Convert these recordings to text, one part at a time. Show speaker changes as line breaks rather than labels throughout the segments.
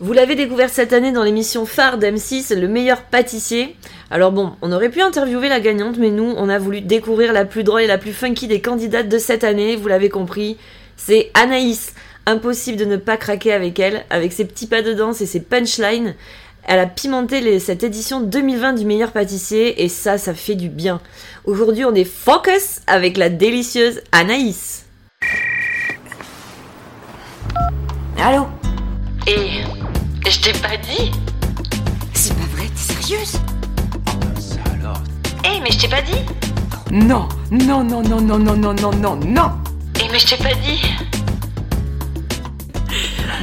Vous l'avez découvert cette année dans l'émission phare d'M6, le meilleur pâtissier. Alors bon, on aurait pu interviewer la gagnante, mais nous, on a voulu découvrir la plus drôle et la plus funky des candidates de cette année, vous l'avez compris, c'est Anaïs. Impossible de ne pas craquer avec elle, avec ses petits pas de danse et ses punchlines. Elle a pimenté les- cette édition 2020 du meilleur pâtissier, et ça, ça fait du bien. Aujourd'hui, on est focus avec la délicieuse Anaïs. Allô et je t'ai pas dit
C'est pas vrai, t'es sérieuse
Eh mais je t'ai pas dit
Non, non, non, non, non, non, non, non, non, non
Eh mais je t'ai pas dit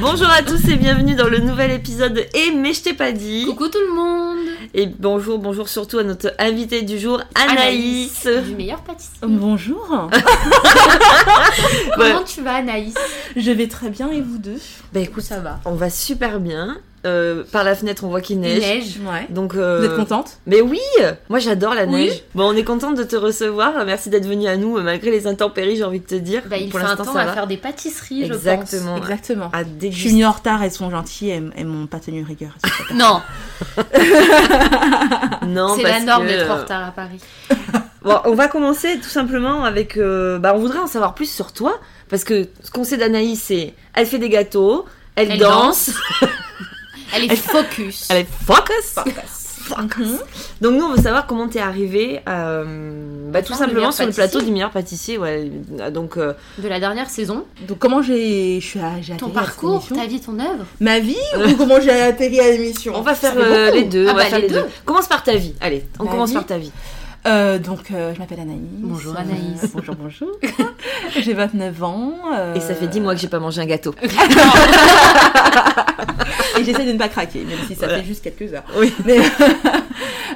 Bonjour à tous et bienvenue dans le nouvel épisode de Eh mais je t'ai pas dit
Coucou tout le monde
Et bonjour, bonjour surtout à notre invitée du jour, Anaïs,
Du meilleur pâtissier.
Bonjour,
Comment tu vas Anaïs
je vais très bien et vous deux
Bah écoute,
Ça va.
on va super bien. Euh, par la fenêtre, on voit qu'il neige.
Ouais.
Donc, euh,
Vous êtes contente
Mais oui Moi j'adore la
Oui.
neige. Bon, on est contente de te recevoir. Merci d'être venue à nous, malgré les intempéries, j'ai envie de te dire.
Bah il
Pour
fait un
l'instant,
temps
ça
à
va.
faire des pâtisseries
Exactement.
Exactement.
À
Je
déguster.
suis venue en retard, elles sont gentilles, elles, elles m'ont pas tenu rigueur.
Ah,
elles sont
je pense. Non,
Non,
c'est la
parce
norme
que,
d'être en
euh,
retard à Paris.
Bon, on va commencer tout simplement avec. euh, bah, on voudrait en savoir plus sur toi, parce que ce qu'on sait d'Anaïs, c'est elle fait des gâteaux, elle,
Elle
danse,
Elle est focus.
elle est focus.
pas- Mhm.
Donc nous, on veut savoir comment t'es arrivée, euh, bah, tout
Faire le
simplement
meilleur
sur le
pâtissier.
plateau du meilleur pâtissier. Ouais, donc euh,
De la dernière saison,
Donc comment j'ai, je suis, à- j'ai
ton
atterri à cette
parcours,
émission
ta vie, ton œuvre.
Ma vie ou comment j'ai atterri à l'émission
Euh. on va faire
Ça fait
euh,
beaucoup.
les deux.
Ah
on va
bah,
faire
les
les deux.
deux.
Commence par ta vie. Allez, on
Ma
commence
vie.
par ta vie.
Euh, donc euh, je m'appelle Anaïs.
Bonjour,
Euh,
Anaïs.
bonjour, bonjour. j'ai 29 ans. euh,
Et ça fait 10 mois que j'ai pas mangé un gâteau.
Et j'essaie de ne pas craquer, même si ça
Voilà.
fait juste quelques heures.
Oui.
Mais-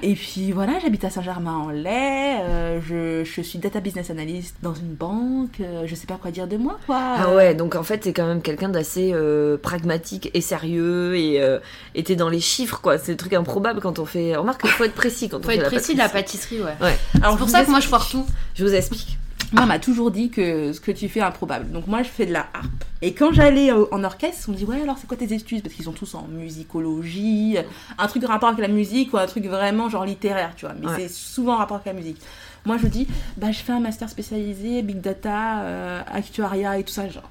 et puis voilà, j'habite à Saint-Germain-en-Laye, euh, je, je suis data business analyst dans une banque, euh, je sais pas quoi dire de moi, quoi.
Ah ouais, donc en fait, t'es quand même quelqu'un d'assez euh, pragmatique et sérieux et euh, et t'es dans les chiffres, quoi. C'est le truc improbable quand on fait. Remarque qu'il faut être précis quand on
Faut
fait
être
la
précis de la
pâtisserie.
pâtisserie, ouais. C'est
Alors, je
pour
vous
ça que
explique.
moi je foire tout.
Je vous explique.
Moi, on m'a toujours dit que ce que tu fais est improbable. Donc moi, je fais de la harpe. Et quand j'allais au- en orchestre, on me dit ouais, alors c'est quoi tes études Parce qu'ils sont tous en musicologie, un truc en rapport avec la musique ou un truc vraiment genre littéraire, tu vois. Mais
Ouais.
c'est souvent en rapport avec la musique. Moi, je dis bah je fais un master spécialisé big data, euh, actuariat et tout ça genre.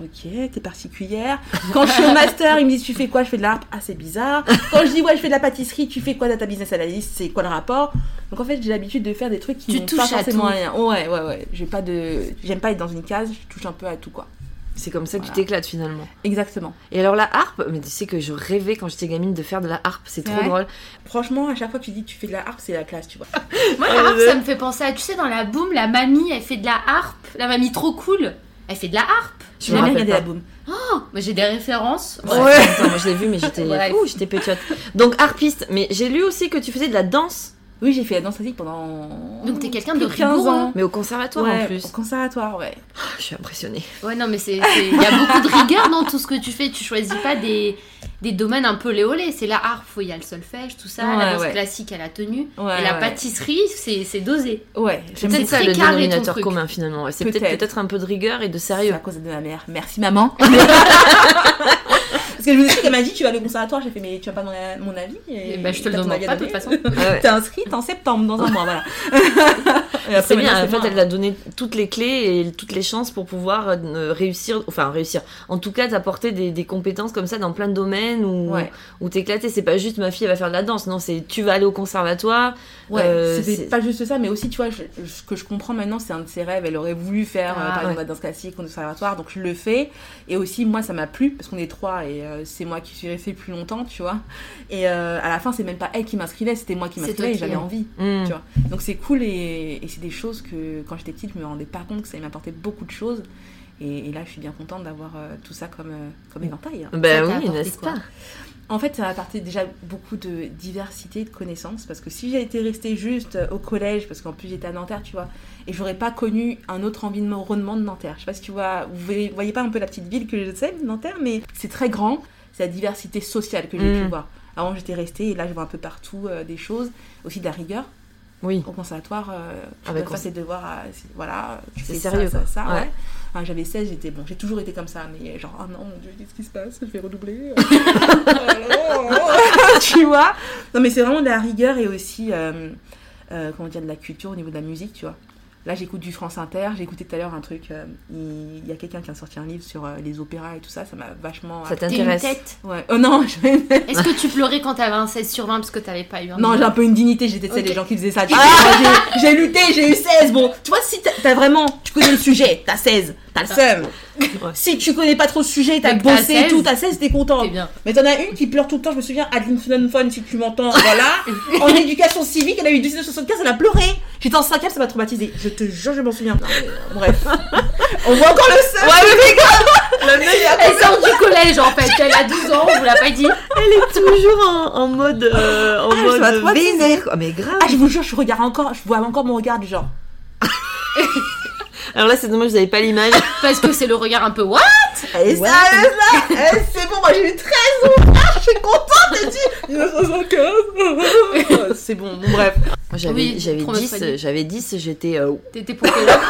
Ok, t'es particulière. Quand je suis au master, ils me disent tu fais quoi Je fais de la harpe. Ah, c'est bizarre. Quand je dis ouais, je fais de la pâtisserie, tu fais quoi data business analyst C'est quoi le rapport Donc en fait, j'ai l'habitude de faire des trucs qui
Tu
n'ont
touches
pas
à
forcément
tout.
un lien. Ouais, ouais, ouais. J'ai pas de, j'aime pas être dans une case. Je touche un peu à tout quoi.
C'est comme ça que
Voilà.
tu t'éclates finalement.
Exactement.
Et alors la harpe, mais tu sais que je rêvais quand j'étais gamine de faire de la harpe, c'est trop
Ouais.
drôle.
Franchement, à chaque fois que tu dis que tu fais de la harpe, c'est la classe, tu vois.
Ah, Moi la harpe ça me fait penser à, tu sais, dans la boom, la mamie elle fait de la harpe. La mamie trop cool, elle fait de la harpe.
Je
J'ai
me
jamais
rappelle
regardé
pas.
la boum.
Moi j'ai des références.
Ouais. Attends, moi je l'ai vu mais j'étais
Bref.
ouh, j'étais petite. Donc harpiste, mais j'ai lu aussi que tu faisais de la danse,
Oui, j'ai fait la danse classique pendant.
Donc t'es quelqu'un
plus
de rigoureux.
ans.
mais au conservatoire
ouais,
en plus.
Au conservatoire, ouais.
Ah, Je suis impressionnée.
Ouais, non, mais c'est. c'est- Il y a beaucoup de rigueur dans tout ce que tu fais. Tu choisis pas des, des domaines un peu léolé. C'est la harpe, il y a le solfège, tout ça.
Ouais,
la danse
ouais.
classique, à la tenue.
Ouais,
et la
ouais.
pâtisserie, c'est c'est dosé.
Ouais, j'aime
C'est
C'est
ça
très
le
carré, ton
dénominateur
truc.
commun finalement. ouais. C'est peut-être
Peut-être.
peut-être un peu de rigueur et de
C'est
sérieux.
à cause de ma mère. Merci maman. Parce que je vous ai dit qu'elle m'a dit tu vas aller au conservatoire, j'ai fait mais tu vas pas demander mon avis
Et bah, je te le
t'as ton
demande
avis à
pas, de toute
donner.
façon.
Ah ouais.
T'es inscrite en septembre dans un mois, voilà. Et après,
C'est bien,
maintenant,
en fait,
moi.
elle t'a donné toutes les clés et toutes les chances pour pouvoir euh, réussir, enfin réussir, en tout cas t'apporter des, des compétences comme ça dans plein de domaines où,
Ouais,
où t'éclater. C'est pas juste ma fille, elle va faire de la danse, non, c'est tu vas aller au conservatoire.
ouais
Euh, c'est-
c'était pas juste ça, mais aussi, tu vois, je- je- ce que je comprends maintenant, c'est un de ses rêves. Elle aurait voulu faire,
Ah,
euh, par
ouais.
exemple, la danse classique, au conservatoire, donc je le fais. Et aussi, moi, ça m'a plu, parce qu'on est trois, et euh, c'est moi qui suis restée le plus longtemps, tu vois. Et euh, à la fin, c'est même pas elle qui m'inscrivait, c'était moi qui
C'est
m'inscrivais,
toi
et
qui-
j'avais envie.
Hmm.
Tu vois. Donc c'est cool et, et c'est des choses que quand j'étais petite, je me rendais pas compte que ça m'apportait beaucoup de choses. Et, et là, je suis bien contente d'avoir euh, tout ça comme, euh, comme éventail. hein.
Ben
Ça t'a
oui,
apporté
n'est-ce
quoi
pas
En fait, ça m'a apporté déjà beaucoup de diversité de connaissances parce que si j'ai été restée juste euh, au collège, parce qu'en plus j'étais à Nanterre, tu vois, et j'aurais pas connu un autre environnement de Nanterre. Je sais pas si tu vois, vous voyez, voyez pas un peu la petite ville que je sais, Nanterre, mais c'est très grand, c'est la diversité sociale que j'ai
Mm.
pu voir. Avant j'étais restée et là je vois un peu partout euh, des choses, aussi de la rigueur.
Oui.
au conservatoire, euh, tu
Ah, bah,
dois faire
cons-
tes devoirs, à- voilà, tu
C'est
fais ça,
sérieux,
ça,
quoi.
ça,
Ouais.
ouais. Enfin, j'avais 16, j'étais bon, j'ai toujours été comme ça, mais genre, oh non, mon dieu, qu'est-ce qui se passe Je vais redoubler. Oh là là. tu vois Non, mais c'est vraiment de la rigueur et aussi, euh, euh, comment dire, de la culture au niveau de la musique, tu vois. Là, j'écoute du France Inter, j'ai écouté tout à l'heure un truc, euh, il il y a quelqu'un qui a sorti un livre sur euh, les opéras et tout ça, ça m'a vachement.
Ça
T'es une
t'intéresse.
tête.
Ouais. Oh non, je-
Est-ce que tu pleurais quand t'avais un 16 sur 20 parce que t'avais pas eu un
Non, j'ai
j'ai
un peu une dignité, j'étais celle
Ok. Ah.
des gens qui faisaient ça. tu vois. j'ai, j'ai lutté, j'ai eu 16. Bon, tu vois, si t'as, t'as vraiment, tu connais le sujet, t'as 16, t'as le seum.
Ouais.
Si tu connais pas trop le sujet, t'as
Mais t'as
bossé et
16,
tout, t'as 16, t'es content.
T'es bien.
Mais t'en as une qui pleure tout le temps, je me souviens, Adeline Funfun, si tu m'entends, voilà. en éducation civique, elle a eu 1975, elle a pleuré. J'étais en 5 ça m'a traumatisée. Je te jure, je m'en souviens. Non, mais, euh, bref. On voit encore le seum.
Elle sort du collège en fait. Elle a 12 ans, on vous l'a pas dit.
Elle est toujours en, en mode, euh,
Ah,
en
je
mode
vois trop
vénère. quoi. Mais grave.
Ah, je vous jure, je regarde encore, je vois encore mon regard du genre.
Alors là, c'est dommage, vous avez pas l'image.
Parce que c'est le regard un peu what
Et Eh, ça,
Ouais.
et ça, et c'est bon, moi j'ai eu 13 ans, ah, je suis contente, t'as dit 1975 C'est bon, bon, bref.
Moi, J'avais
Oui,
j'avais
trop bien
10,
soigné.
euh, j'avais 10, j'étais. euh,
T'étais pour quelle heure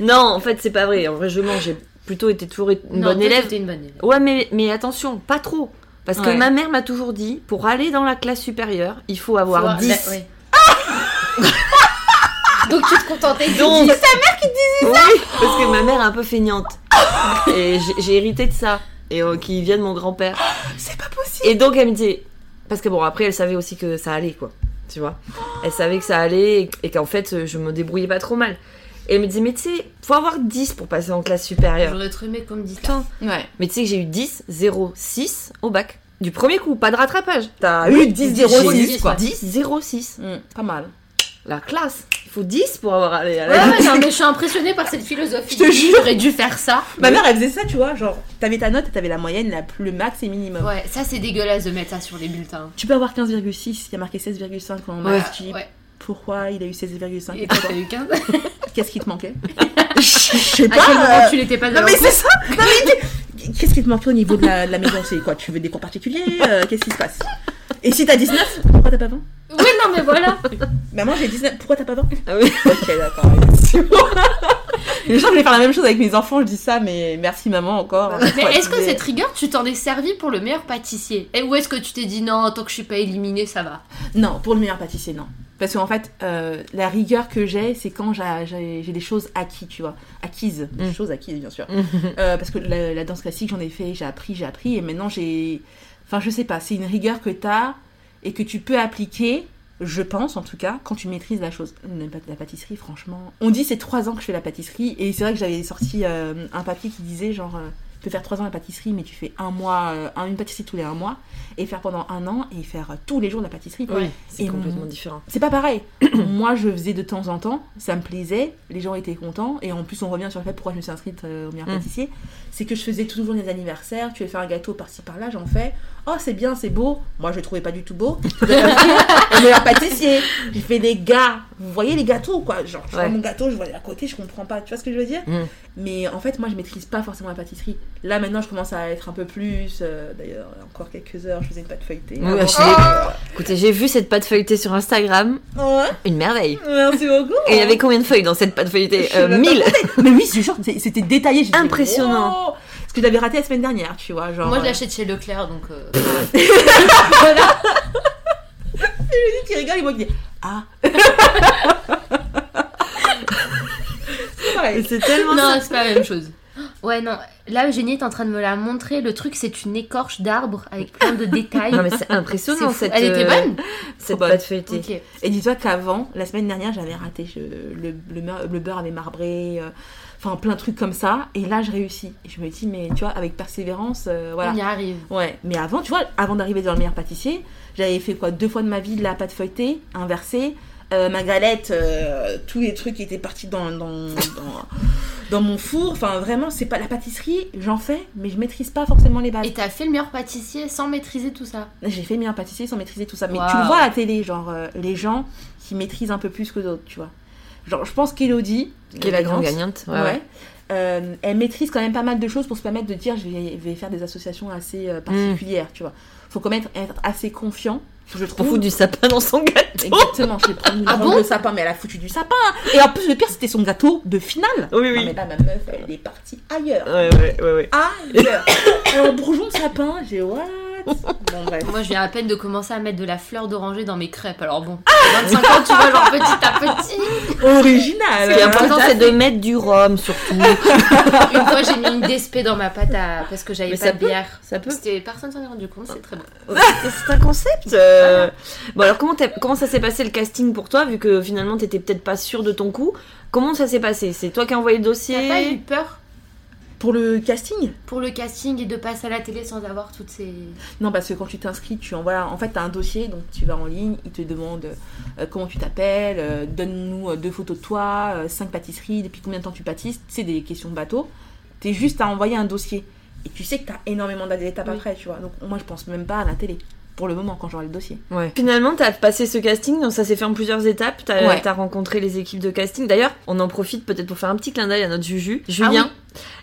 Non, en fait, c'est pas vrai. En vrai, je mens. J'ai plutôt été toujours une
Non,
bonne
toi,
élève.
t'étais une bonne élève.
Ouais, mais, mais attention, pas trop. Parce que
Ouais.
ma mère m'a toujours dit, pour aller dans la classe supérieure, il faut avoir
Faut-
10.
bah, ouais. Donc tu te contentais de
Donc,
10.
Oui, parce que ma mère est un peu feignante. Et j'ai- j'ai hérité de ça. Et euh, qui vient de mon grand-père.
Ah, C'est pas possible
Et donc, elle me dit. Parce que bon, après, elle savait aussi que ça allait, quoi. Tu vois Elle savait que ça allait et, et qu'en fait, euh, je me débrouillais pas trop mal. Et elle me disait, mais tu sais, faut avoir 10 pour passer en classe supérieure.
J'aurais trop aimé qu'on me dise
Ouais.
Mais tu sais que j'ai eu 10, 0, 6 au bac. Du premier coup, pas de rattrapage.
T'as eu 10, 0,
J'ai eu
10, quoi.
10, 0, 6.
Hmm, pas mal.
La classe. Il faut 10 pour avoir allé à
Ouais,
la
ouais, non, mais je suis impressionnée par cette philosophie.
Je te jure.
j'aurais dû faire ça.
Ma mère, elle faisait ça, tu vois, genre, t'avais ta note et t'avais la moyenne, la, plus- le max et minimum.
Ouais, ça c'est dégueulasse de mettre ça sur les bulletins. Ah,
Tu peux avoir 15,6, il y a marqué 16,5 en
Ouais.
maths, tu dis
Ouais.
pourquoi il a eu 16,5
Et
et
toi,
pourquoi
t'as eu 15
Qu'est-ce qui te manquait Je sais
À quel
pas.
moment
euh,
tu l'étais pas dans
Non
la
mais c'est ça Non mais tu- Qu'est-ce qui te manquait au niveau de la, de la maison C'est quoi Tu veux des cours particuliers Euh, Qu'est-ce qui se passe Et si t'as 19, pourquoi t'as pas 20
Oui, non, mais voilà.
Maman j'ai 19, pourquoi t'as pas 20
Ah oui.
Ok d'accord, c'est bon. Les gens voulaient faire la même chose avec mes enfants, je dis ça, mais merci maman encore.
Mais
Ouais,
est-ce que
mais-
cette rigueur, tu t'en es servi pour le meilleur pâtissier Et Ou est-ce que tu t'es dit non, tant que je suis pas éliminée, ça va
Non, pour le meilleur pâtissier, non. Parce qu'en fait, euh, la rigueur que j'ai, c'est quand j'a- j'ai j'ai des choses acquises, tu vois. Acquises. Des
Mm.
choses acquises, bien sûr. Euh, parce que la, la danse classique, j'en ai fait, j'ai appris, j'ai appris, et maintenant j'ai. Enfin, je sais pas, c'est une rigueur que t'as et que tu peux appliquer, je pense en tout cas, quand tu maîtrises la chose. La pâ- la pâtisserie, franchement. On dit c'est trois ans que je fais la pâtisserie, et c'est vrai que j'avais sorti euh, un papier qui disait genre. euh, tu peux faire trois ans la pâtisserie, mais tu fais un mois, euh, un- une pâtisserie tous les un mois, et faire pendant un an, et faire euh, tous les jours de la pâtisserie.
Oui, c'est
Et
complètement
mon-
différent.
C'est pas pareil. Moi, je faisais de temps en temps, ça me plaisait, les gens étaient contents, et en plus, on revient sur le fait pourquoi je me suis inscrite euh, au meilleur
Mm.
pâtissier. C'est que je faisais toujours des anniversaires, tu veux faire un gâteau par-ci par-là, j'en fais. Oh, c'est bien, c'est beau. Moi, je le trouvais pas du tout beau. Je vais inscrire au meilleur pâtissier. J'ai fait des gars. Vous voyez les gâteaux, quoi. Genre, je vois
Ouais.
mon gâteau, je vois à côté, je comprends pas. Tu vois ce que je veux dire
Mm.
Mais en fait, moi, je maîtrise pas forcément la pâtisserie. Là, maintenant, je commence à être un peu plus. euh, D'ailleurs, encore quelques heures, je faisais une pâte feuilletée. Ah
Oui,
Avant-
je sais. Écoutez, j'ai vu cette pâte feuilletée sur Instagram.
Oh, Ouais.
Une merveille.
Merci beaucoup.
Et il y avait combien de feuilles dans cette pâte feuilletée
Je
Euh,
l'ai
1000
Mais oui, je te jure, c'est- c'était détaillé. j'étais-
Impressionnant.
Wow Ce que j'avais raté la semaine dernière, tu vois. Genre,
Moi, je
euh,
l'achète chez Leclerc, donc. euh,
le mec qui rigole, il voit qu'il dit Ah C'est pareil.
C'est tellement
non, c'est pas la même chose. Ouais, non. Là, Eugénie est en train de me la montrer. Le truc, c'est une écorche d'arbre avec plein de détails.
Non, mais c'est
C'est
impressionnant
fou.
cette,
Elle était
euh,
bonne
cette
Trop bonne.
pâte feuilletée.
Ok.
Et dis-toi qu'avant, la semaine dernière, j'avais raté. je- le, le meur- le beurre avait marbré, euh, enfin plein de trucs comme ça. Et là, je réussis. Et je me dis, mais tu vois, avec persévérance, euh, voilà.
On y arrive.
Ouais, mais avant, tu vois, avant d'arriver dans le meilleur pâtissier, j'avais fait quoi Deux fois de ma vie de la pâte feuilletée, inversée, euh, ma galette, euh, tous les trucs qui étaient partis dans, dans, dans, dans mon four. Enfin, vraiment, c'est pas la pâtisserie, j'en fais, mais je maîtrise pas forcément les bases.
Et t'as fait le meilleur pâtissier sans maîtriser tout ça.
J'ai fait le meilleur pâtissier sans maîtriser tout ça. Mais
Waouh.
tu le vois à la télé, genre, euh, les gens qui maîtrisent un peu plus que d'autres, tu vois. Genre, je pense qu'Elodie,
Qui est la grande gagnante. Ouais,
Ouais.
ouais.
Euh, elle maîtrise quand même pas mal de choses pour se permettre de dire je vais, je vais faire des associations assez euh, particulières, tu vois. Faut quand même être, être assez confiant Je
T'en
trouve.
fous du sapin dans son gâteau.
Exactement, j'ai promis
Ah
ah
bon
le sapin, mais elle a foutu du sapin. Et en plus, le pire, c'était son gâteau de finale.
Oui, oui.
Non, mais là, ma meuf, elle est partie ailleurs.
Ouais, ouais, ouais, ouais.
Ailleurs. Alors, bourgeon de sapin, j'ai what Bon, bref.
Moi, je viens à peine de commencer à mettre de la fleur d'oranger dans mes crêpes. Alors bon, à 25 ans, tu vois, genre petit à petit.
Original.
Ce qui est
hein.
important, c'est de mettre du rhum surtout.
Une fois, j'ai mis une DSP dans ma pâte à- parce que j'avais
Mais
pas
ça
de
peut,
bière.
ça peut.
C'était- Personne s'en est rendu compte, c'est très bon.
c'est un concept. euh.
Ah.
Bon, alors comment, t'as- comment ça s'est passé le casting pour toi, vu que finalement t'étais peut-être pas sûre de ton coup Comment ça s'est passé C'est toi qui as envoyé le
T'as pas eu
dossier
peur
Pour le casting
pour le casting et de passer à la télé sans avoir toutes ces.
Non, parce que quand tu t'inscris, tu envoies. En fait, t'as un dossier, donc tu vas en ligne, ils te demandent euh, comment tu t'appelles, euh, donne-nous euh, deux photos de toi, euh, cinq pâtisseries, depuis combien de temps tu pâtisses. C'est des questions de bateau. T'es juste à envoyer un dossier. Et tu sais que t'as énormément d'étapes
Oui.
après, tu vois. Donc, moi, je pense même pas à la télé. Pour le moment, quand j'aurai le dossier.
Ouais. Finalement, t'as passé ce casting, donc ça s'est fait en plusieurs étapes. T'as
Ouais.
t'as rencontré les équipes de casting. D'ailleurs, on en profite peut-être pour faire un petit clin d'œil à notre Juju, Julien,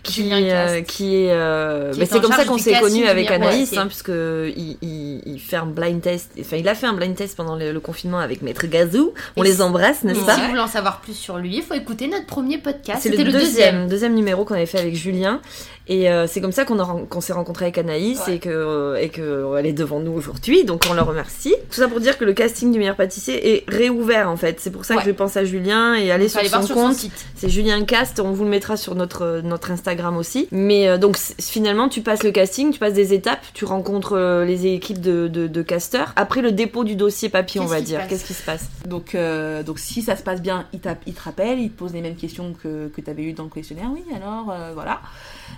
qui,
Ah Julien Cast.
euh, qui est. euh,
Qui
bah,
est
c'est
en
comme ça
charge
qu'on
du
s'est
casting
connus
du
avec
miroir.
Anaïs,
Ouais.
hein, puisque il, il- il fait un blind test. Enfin, il a fait un blind test pendant le, le confinement avec Maître Gazou. On
Et
les
si-
embrasse,
Et
n'est-ce
si
pas
vous voulez en savoir plus sur lui, il faut écouter notre premier podcast.
C'est le,
Ah, C'était le,
deuxième, deuxième, numéro qu'on avait fait avec Julien. Et euh, c'est comme ça qu'on a ren- qu'on s'est rencontré avec Anaïs
Ouais.
et que euh, et que euh, elle est devant nous aujourd'hui. Donc on le remercie. Tout ça pour dire que le casting du meilleur pâtissier est réouvert en fait. C'est pour ça
Ouais.
que je pense à Julien et aller
Il faut
sur
aller
son
voir sur son
compte.
site.
C'est Julien Cast. On vous le mettra sur notre euh, notre Instagram aussi. Mais euh, donc c'est- finalement tu passes le casting, tu passes des étapes, tu rencontres euh, les équipes de, de, de casteurs. Après le dépôt du dossier papier, on
Qu'est-ce
va
qui se
dire.
passe
Qu'est-ce qui se passe
Donc, euh, donc si ça se passe bien, il, t'a- il te rappelle, il te pose les mêmes questions que, que tu avais eues dans le questionnaire. Oui, alors, euh, voilà.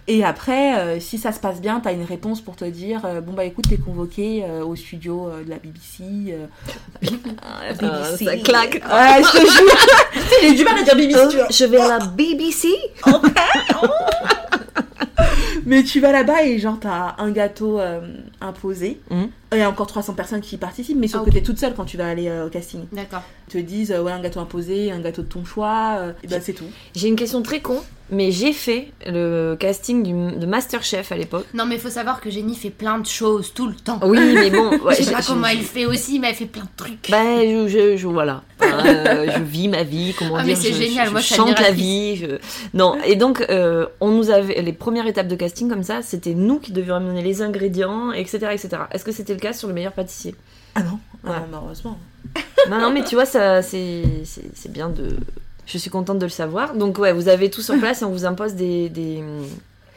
Et après, euh, si ça se passe bien, tu as une réponse pour te dire euh, Bon, bah écoute, t'es convoqué euh, au studio euh, de la BBC. euh, euh, BBC.
ça claque, quoi.
Ouais, je te jure Tu sais, J'ai du mal à dire BBC, tu vois.
Je vais à la BBC.
Mais tu vas là-bas et genre, t'as un gâteau euh, imposé.
Mhm.
Et il y a encore 300 personnes qui y participent, mais sauf
Ah,
que
ok.
t'es toute seule quand tu vas aller euh, au casting.
D'accord.
Ils te disent euh, Ouais, un gâteau imposé, un gâteau de ton choix. euh, et ben, c'est tout.
J'ai une question très con, mais j'ai fait le casting du- de Masterchef à l'époque.
Non, mais il faut savoir que Jenny fait plein de choses tout le temps.
Ah Oui, mais bon, ouais,
je sais
j'ai-
pas
j'ai-
comment elle fait aussi, mais elle fait plein de trucs.
Bah, je, je, je- voilà. Euh, je vis ma vie, comment
Ah, mais
dire.
c'est
je,
génial,
je-
moi,
je
je suis
chante la
admiratrice.
vie. je- Non, et donc, euh, on nous avait. Les premières étapes de casting comme ça, c'était nous qui devions amener les ingrédients, etc. etc. Est-ce que c'était le cas sur le meilleur pâtissier
Ah non,
Ouais.
Ah, malheureusement.
Non, non, mais tu vois, ça, c'est, c'est, c'est bien de. Je suis contente de le savoir. Donc, ouais, vous avez tout sur place et on vous impose des. des...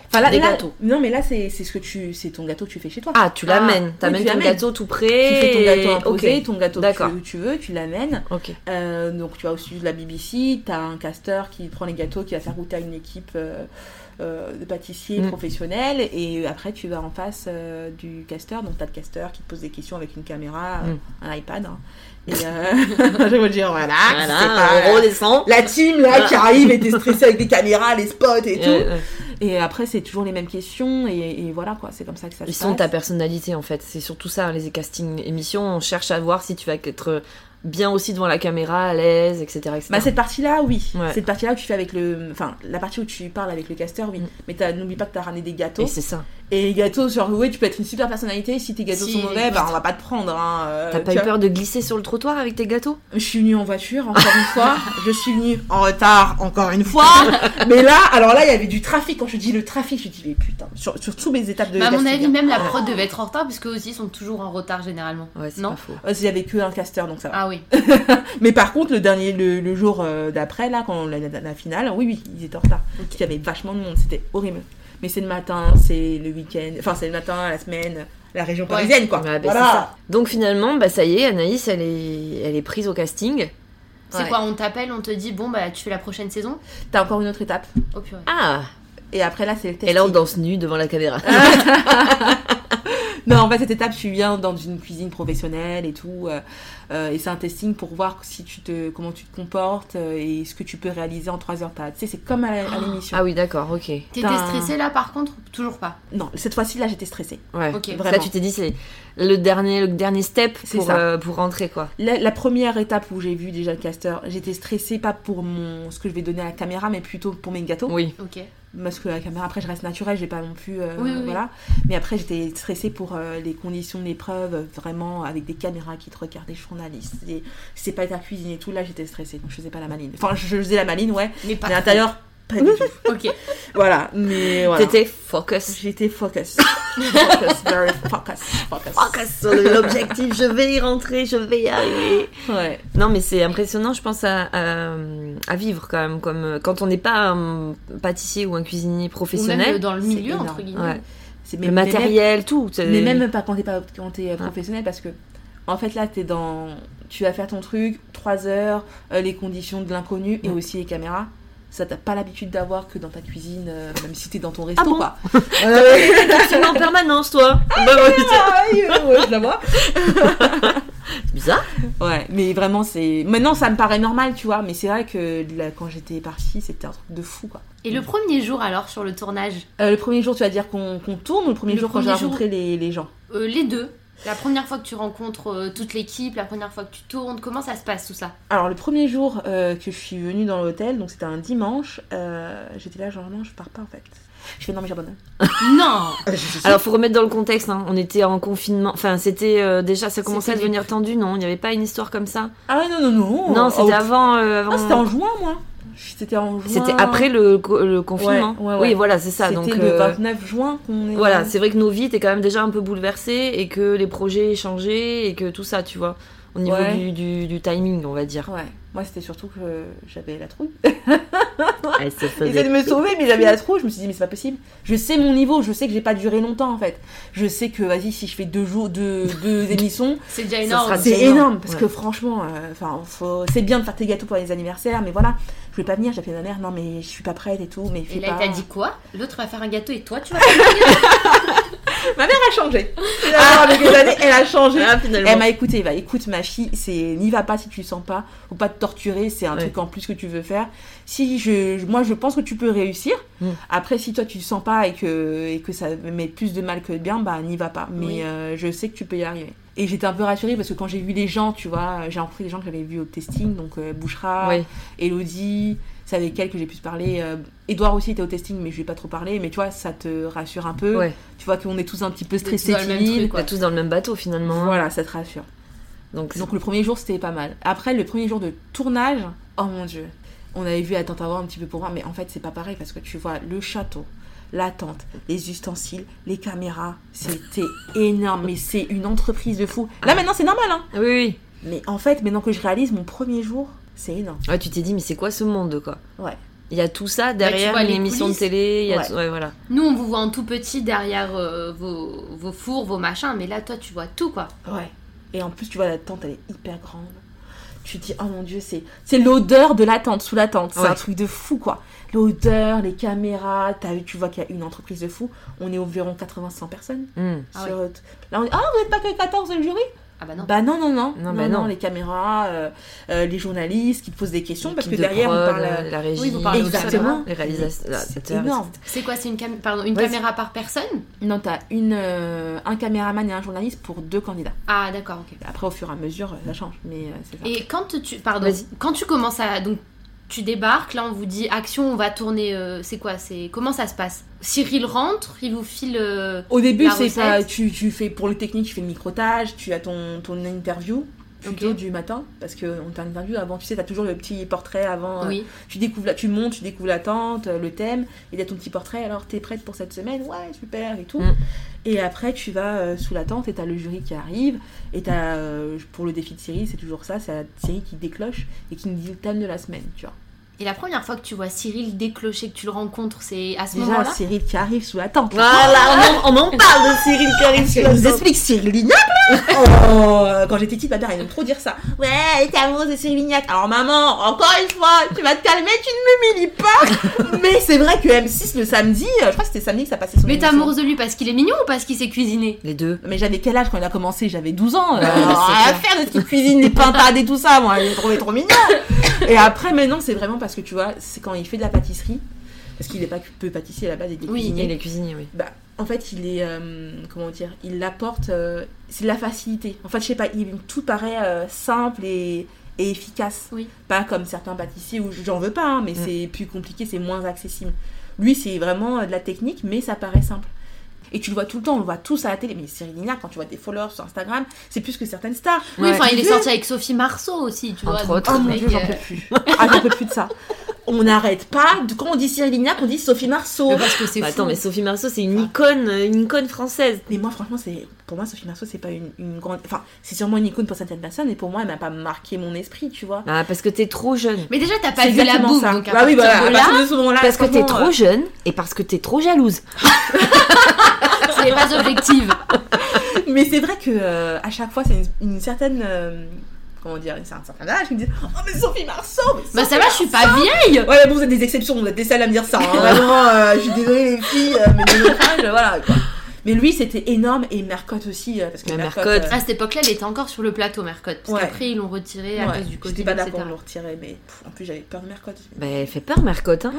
Enfin, Ah, là,
Des
là-
gâteaux.
Non, mais là, c'est c'est ce que tu, c'est ton gâteau que tu fais chez toi.
Ah, tu
Ah,
l'amènes. T'amènes
tu
ton
l'amènes.
gâteau tout prêt.
tu fais ton gâteau
et-
imposé,
Ok.
ton gâteau
D'accord.
que tu, tu veux, tu l'amènes.
Ok.
Euh, donc, tu vas au studio de la BBC, t'as un casteur qui prend les gâteaux, qui va faire goûter à une équipe euh, euh, de pâtissiers
Mm.
professionnels. Et après, tu vas en face euh, du casteur. Donc, t'as le casteur qui te pose des questions avec une caméra, euh,
Mm.
un iPad. hein. Et euh, je vais te dire, voilà,
Voilà,
c'est pas-
on redescend.
La team là qui arrive et t'es stressée avec des caméras, les spots et tout.
Euh, euh,
Et après, c'est toujours les mêmes questions, et, et voilà quoi, c'est comme ça que ça
ils
se
sont ta
passe.
personnalité en fait. C'est surtout ça, les casting émissions. On cherche à voir si tu vas être bien aussi devant la caméra, à l'aise, etc. etc.
Bah, cette partie-là, oui.
Ouais.
Cette partie-là où tu fais avec le. Enfin, la partie où tu parles avec le casteur, oui.
Mm.
Mais t'as- n'oublie pas que t'as ramené des gâteaux.
Et c'est ça.
Et, les gâteaux, genre, ouais, tu peux être une super personnalité. Si tes gâteaux
Si,
sont mauvais,
les-
bah, on va pas te prendre. Hein, euh,
T'as pas
tu
eu
vois.
peur de glisser sur le trottoir avec tes gâteaux
Je suis venue en voiture, encore une fois. Je suis venue en retard, encore une fois. mais là, alors là, il y avait du trafic. Quand je dis le trafic, je dis, mais putain, sur, sur toutes mes étapes de.
Bah, à mon
casting,
avis,
hein.
même la prod devait être en retard, parce qu'eux aussi ils sont toujours en retard généralement.
Ouais, c'est
Non.
pas faux.
Euh, Il y avait que un casteur, donc ça va.
Ah oui.
Mais par contre, le dernier, le, le jour euh, d'après, là, quand la, la- la finale, oui, oui, ils étaient en retard. Il y avait vachement de monde, c'était horrible. Mais c'est le matin, c'est le week-end, enfin c'est le matin, la semaine, la région parisienne, quoi.
Ouais, bah, c'est
voilà.
ça. Donc finalement, bah ça y est, Anaïs, elle est, elle est prise au casting.
C'est
Ouais.
quoi On t'appelle, on te dit, bon, bah tu fais la prochaine saison
T'as encore une autre étape.
Oh purée.
Ah
Et après là, c'est le test.
Et là, on danse nu devant la caméra.
Ah. Non, en fait, cette étape, tu viens dans une cuisine professionnelle et tout. euh, euh, et c'est un testing pour voir si tu te, comment tu te comportes euh, et ce que tu peux réaliser en 3 heures. T'as- Tu sais, c'est comme à la- à l'émission.
Ah oui, d'accord, ok. Ouais.
T'étais
Putain.
stressée là par contre Toujours pas.
Non, cette fois-ci, là, j'étais stressée.
Ok.
Ça,
Vraiment.
tu t'es dit, c'est le dernier, le dernier step
C'est
pour,
ça.
euh, pour rentrer, quoi.
La, la première étape où j'ai vu déjà le caster, j'étais stressée pas pour mon ce que je vais donner à la caméra, mais plutôt pour mes gâteaux.
Oui.
Ok.
parce que la caméra après je reste naturelle j'ai pas non plus euh,
Oui, oui, oui.
voilà mais après j'étais stressée pour euh, les conditions de l'épreuve euh, vraiment avec des caméras qui te regardent des journalistes des- c'est pas ta cuisine et tout là j'étais stressée donc je faisais pas la maline enfin je je faisais la maline ouais
Mais pas.
mais à l'intérieur pas du tout
Ok.
voilà mais voilà
T'étais focus.
j'étais focus focus very focus focus,
Focus sur l'objectif, je vais y rentrer, je vais y arriver.
ouais
Non, mais c'est impressionnant, je pense, à, à- à vivre quand même. Comme, euh, quand on n'est pas un pâtissier ou un cuisinier
Ou même euh,
professionnel.
dans le
c'est
milieu,
énorme.
entre guillemets.
Ouais.
c'est
le matériel, tout. c'est-
Mais même pas quand t'es pas quand t'es euh, professionnel parce que en fait là t'es dans tu vas faire ton truc 3 heures euh, les conditions de l'inconnu et
Ouais.
aussi les caméras ça t'as pas l'habitude d'avoir que dans ta cuisine euh, même si t'es dans ton resto
Ah bon
quoi.
Tu mets en permanence, toi. Bah ouais, putain,
Aïe, euh, ouais, je la vois.
c'est bizarre.
Ouais, mais vraiment c'est maintenant ça me paraît normal tu vois mais c'est vrai que là, quand j'étais partie c'était un truc de fou quoi.
Et le premier jour, alors, sur le tournage
Euh, le premier jour tu vas dire qu'on qu'on tourne ou le premier
Le
jour quand j'ai
premier jour.
rencontré les, les gens.
Euh, Les deux. La première fois que tu rencontres euh, toute l'équipe, la première fois que tu tournes, comment ça se passe tout ça
Alors le premier jour euh, que je suis venue dans l'hôtel, donc c'était un dimanche, euh, j'étais là genre non je pars pas en fait. Je fais non mais j'abandonne.
Non
Alors, faut remettre dans le contexte. hein. On était en confinement. Enfin, c'était euh, déjà, ça commençait à
C'était
devenir tendu, non Il n'y avait pas une histoire comme ça
Ah ouais, non non non.
Non, c'était
Oh,
avant. euh, avant-
Ah, c'était en juin moi. C'était en juin.
C'était après le, co- le confinement.
Ouais, ouais, ouais.
Oui, voilà, c'est ça.
C'était
Donc,
le
euh,
29 juin qu'on est.
voilà, c'est vrai que nos vies étaient quand même déjà un peu bouleversées et que les projets changeaient et que tout ça, tu vois, au niveau
Ouais.
du, du- du timing, on va dire.
Ouais. Moi c'était surtout que j'avais la trouille.
Elle se faisait-
J'essayais de me sauver mais j'avais la trouille. Je me suis dit mais c'est pas possible. Je sais mon niveau, je sais que j'ai pas duré longtemps en fait. Je sais que vas-y si je fais deux jours, deux, deux émissions,
C'est déjà
Ça
énorme.
sera-
C'est
énorme.
énorme parce
Ouais.
que franchement, euh, enfin, faut- c'est bien de faire tes gâteaux pour les anniversaires, mais voilà, je vais pas venir. J'ai appelé ma mère, non mais je suis pas prête et tout, mais fais
Et là,
pas.
il t'a dit quoi L'autre va faire un gâteau et toi, tu vas faire un gâteau
ma mère a changé. Finalement, avec les années, elle a changé.
Ah, finalement.
Elle m'a écouté, va, écoute ma fille, c'est n'y va pas si tu le sens pas, faut pas te torturer, c'est un
Ouais.
truc en plus que tu veux faire. Si je, je- moi je pense que tu peux réussir.
Mm.
Après si toi tu le sens pas et que et que ça met plus de mal que de bien, bah n'y va pas. Mais
Oui.
euh, je sais que tu peux y arriver. Et j'étais un peu rassurée parce que quand j'ai vu les gens, tu vois, j'ai rencontré des gens que j'avais vus au testing, donc euh, Bouchra,
Oui.
Elodie, c'est avec elle que j'ai pu se parler. Euh, Edouard aussi était au testing, mais je lui ai pas trop parlé. Mais tu vois, ça te rassure un peu.
Ouais.
Tu vois qu'on est tous un petit peu
tous
stressés,
dans le même
timides.
truc,
On est tous dans le même bateau finalement. hein.
Voilà, ça te rassure.
Donc,
Donc le premier jour, c'était pas mal. Après, le premier jour de tournage, oh mon dieu, on avait vu attendre avant un petit peu pour voir, mais en fait, c'est pas pareil parce que tu vois le château, la tente, les ustensiles, les caméras, c'était énorme. Mais c'est une entreprise de fou. Là maintenant, c'est normal, hein.
oui, oui.
Mais en fait, maintenant que je réalise, mon premier jour, c'est énorme.
Ouais, tu t'es dit, mais c'est quoi ce monde quoi
Ouais.
Il y a tout ça derrière
Bah, vois
une
les
émission
coulisses.
de télé. Il y a
Ouais.
tout- ouais, voilà.
Nous, on vous voit en tout petit derrière euh, vos, vos fours, vos machins, mais là, toi, tu vois tout, quoi.
Ouais. Et en plus, tu vois, la tente, elle est hyper grande. Tu te dis, oh mon dieu, c'est, c'est l'odeur de la tente, sous la tente. C'est
Ouais.
un truc de fou, quoi. L'odeur, les caméras, t'as vu, tu vois qu'il y a une entreprise de fou. On est environ 80-100 personnes.
Hmm.
Ah
sur- Là, on dit, ah, vous n'êtes pas que 14 le jury
Ah bah non.
Bah non, non, non.
Non, bah non.
les caméras, euh, euh, les journalistes qui te posent des questions parce que
Équipe de
derrière,
prod, euh,
on parle. euh,
la, la régie,
euh, Oui, vous parlez
tout ça,
Exactement.
Les
C'est
réalisateurs.
énorme.
C'est quoi C'est une, cam- Pardon, une
Vas-y.
caméra par personne
Non, t'as une, euh, un caméraman et un journaliste pour deux candidats.
Ah, d'accord, ok.
Après, au fur et à mesure, euh, ça change. Mais euh, c'est ça.
Et quand tu... Pardon.
Vas-y.
Quand tu commences à... Donc, tu débarques, là, on vous dit action, on va tourner... euh, c'est quoi C'est Comment ça se passe Cyril rentre, il vous file... euh,
Au début,
La
c'est
recette.
pas. Tu, tu fais pour le technique, tu fais le microtage, tu as ton, ton interview plutôt
Ok.
du matin parce que on t'interview avant. Tu sais, t'as toujours le petit portrait avant.
Oui.
euh, Tu découvres, la, tu montes, tu découvres la tente, euh, le thème, et t'as ton petit portrait. Alors t'es prête pour cette semaine Ouais, super et tout.
Mm.
Et après, tu vas euh, sous la tente et t'as le jury qui arrive et t'as euh, pour le défi de série, c'est toujours ça, c'est la série qui décloche et qui nous dit le thème de la semaine, tu vois.
Et la première fois que tu vois Cyril déclocher, que tu le rencontres, c'est à ce
Déjà,
moment-là
Cyril qui arrive sous la tente.
Voilà, on en, on en parle de Cyril Karim.
Je vous explique Cyril Lignac là Oh, Quand j'étais petite, ma mère, elle aime trop dire ça. Ouais, elle était amoureuse de Cyril Lignac. Alors maman, encore une fois, tu vas te calmer, tu ne m'humilies pas. Mais c'est vrai que M6 le samedi, euh, je crois que c'était samedi que ça passait son
Mais t'es
émission.
amoureuse de lui parce qu'il est mignon ou parce qu'il sait cuisiner
Les deux.
Mais j'avais quel âge quand il a commencé J'avais 12 ans.
Ouais,
Euh, alors,
c'est
rien à
clair.
faire de petite cuisine, des pintades et tout ça. Moi, je le trouvais trop mignon. Et après, maintenant, c'est vraiment parce que tu vois, c'est quand il fait de la pâtisserie. Parce qu'il n'est pas que peu pâtissier à la base, il est
Oui,
cuisinier.
Et les cuisiniers, oui.
Bah, en fait, il est. euh, comment dire Il apporte. euh, c'est de la facilité. En fait, je sais pas, il, tout paraît euh, simple et, et efficace.
Oui.
Pas comme certains pâtissiers où j'en veux pas, hein, mais
Mm.
c'est plus compliqué, c'est moins accessible. Lui, c'est vraiment euh, de la technique, mais ça paraît simple. Et tu le vois tout le temps, on le voit tous à la télé. Mais Cyril Lignac, quand tu vois des followers sur Instagram, c'est plus que certaines stars.
Oui,
Ouais.
enfin, il est sorti avec Sophie Marceau aussi, tu
Entre
vois.
autres.
donc,
Oh mon
mec,
dieu, j'en
euh,
peux plus. Ah, j'en peux plus de ça. On n'arrête pas. Quand on dit Cyril Lignac, on dit Sophie Marceau.
mais Parce que c'est
Bah,
fou.
attends, mais Sophie Marceau, c'est une icône, euh, une icône française.
Mais moi, franchement, c'est pour moi, Sophie Marceau, c'est pas une, une grande. Enfin, c'est sûrement une icône pour certaines personnes, et pour moi, elle m'a pas marqué mon esprit, tu vois.
Ah, parce que t'es trop jeune.
Mais déjà, t'as pas
C'est
vu la
exactement
boum,
ça.
donc à
bah oui,
partir
voilà,
de
à
là,
partir de ce moment-là, euh,
Parce que t'es
franchement,
trop jeune et parce que t'es trop jalouse.
c'est pas objective.
euh, Mais c'est vrai que euh, à chaque fois, c'est une, une certaine. euh, Comment dire, c'est un certain âge, ils me disent Oh, mais Sophie Marceau mais
Bah
Sophie
ça va, je suis pas vieille
Ouais, mais bon, vous êtes des exceptions, vous êtes des seules à me dire ça. hein. Vraiment, euh, je suis désolée, les filles, euh, mais de notre âge, voilà. quoi. Mais lui, c'était énorme, et Mercotte aussi, euh, parce que
Ouais,
Mercotte.
Mercotte.
euh,
À Ah, cette époque-là, elle était encore sur le plateau, Mercotte. Parce
Ouais.
qu'après, ils l'ont retiré à
ouais,
cause du Covid,
J'étais pas
etc.
d'accord de le retirer, mais pff, en plus, j'avais peur de Mercotte.
Bah, elle fait peur, Mercotte. Hein.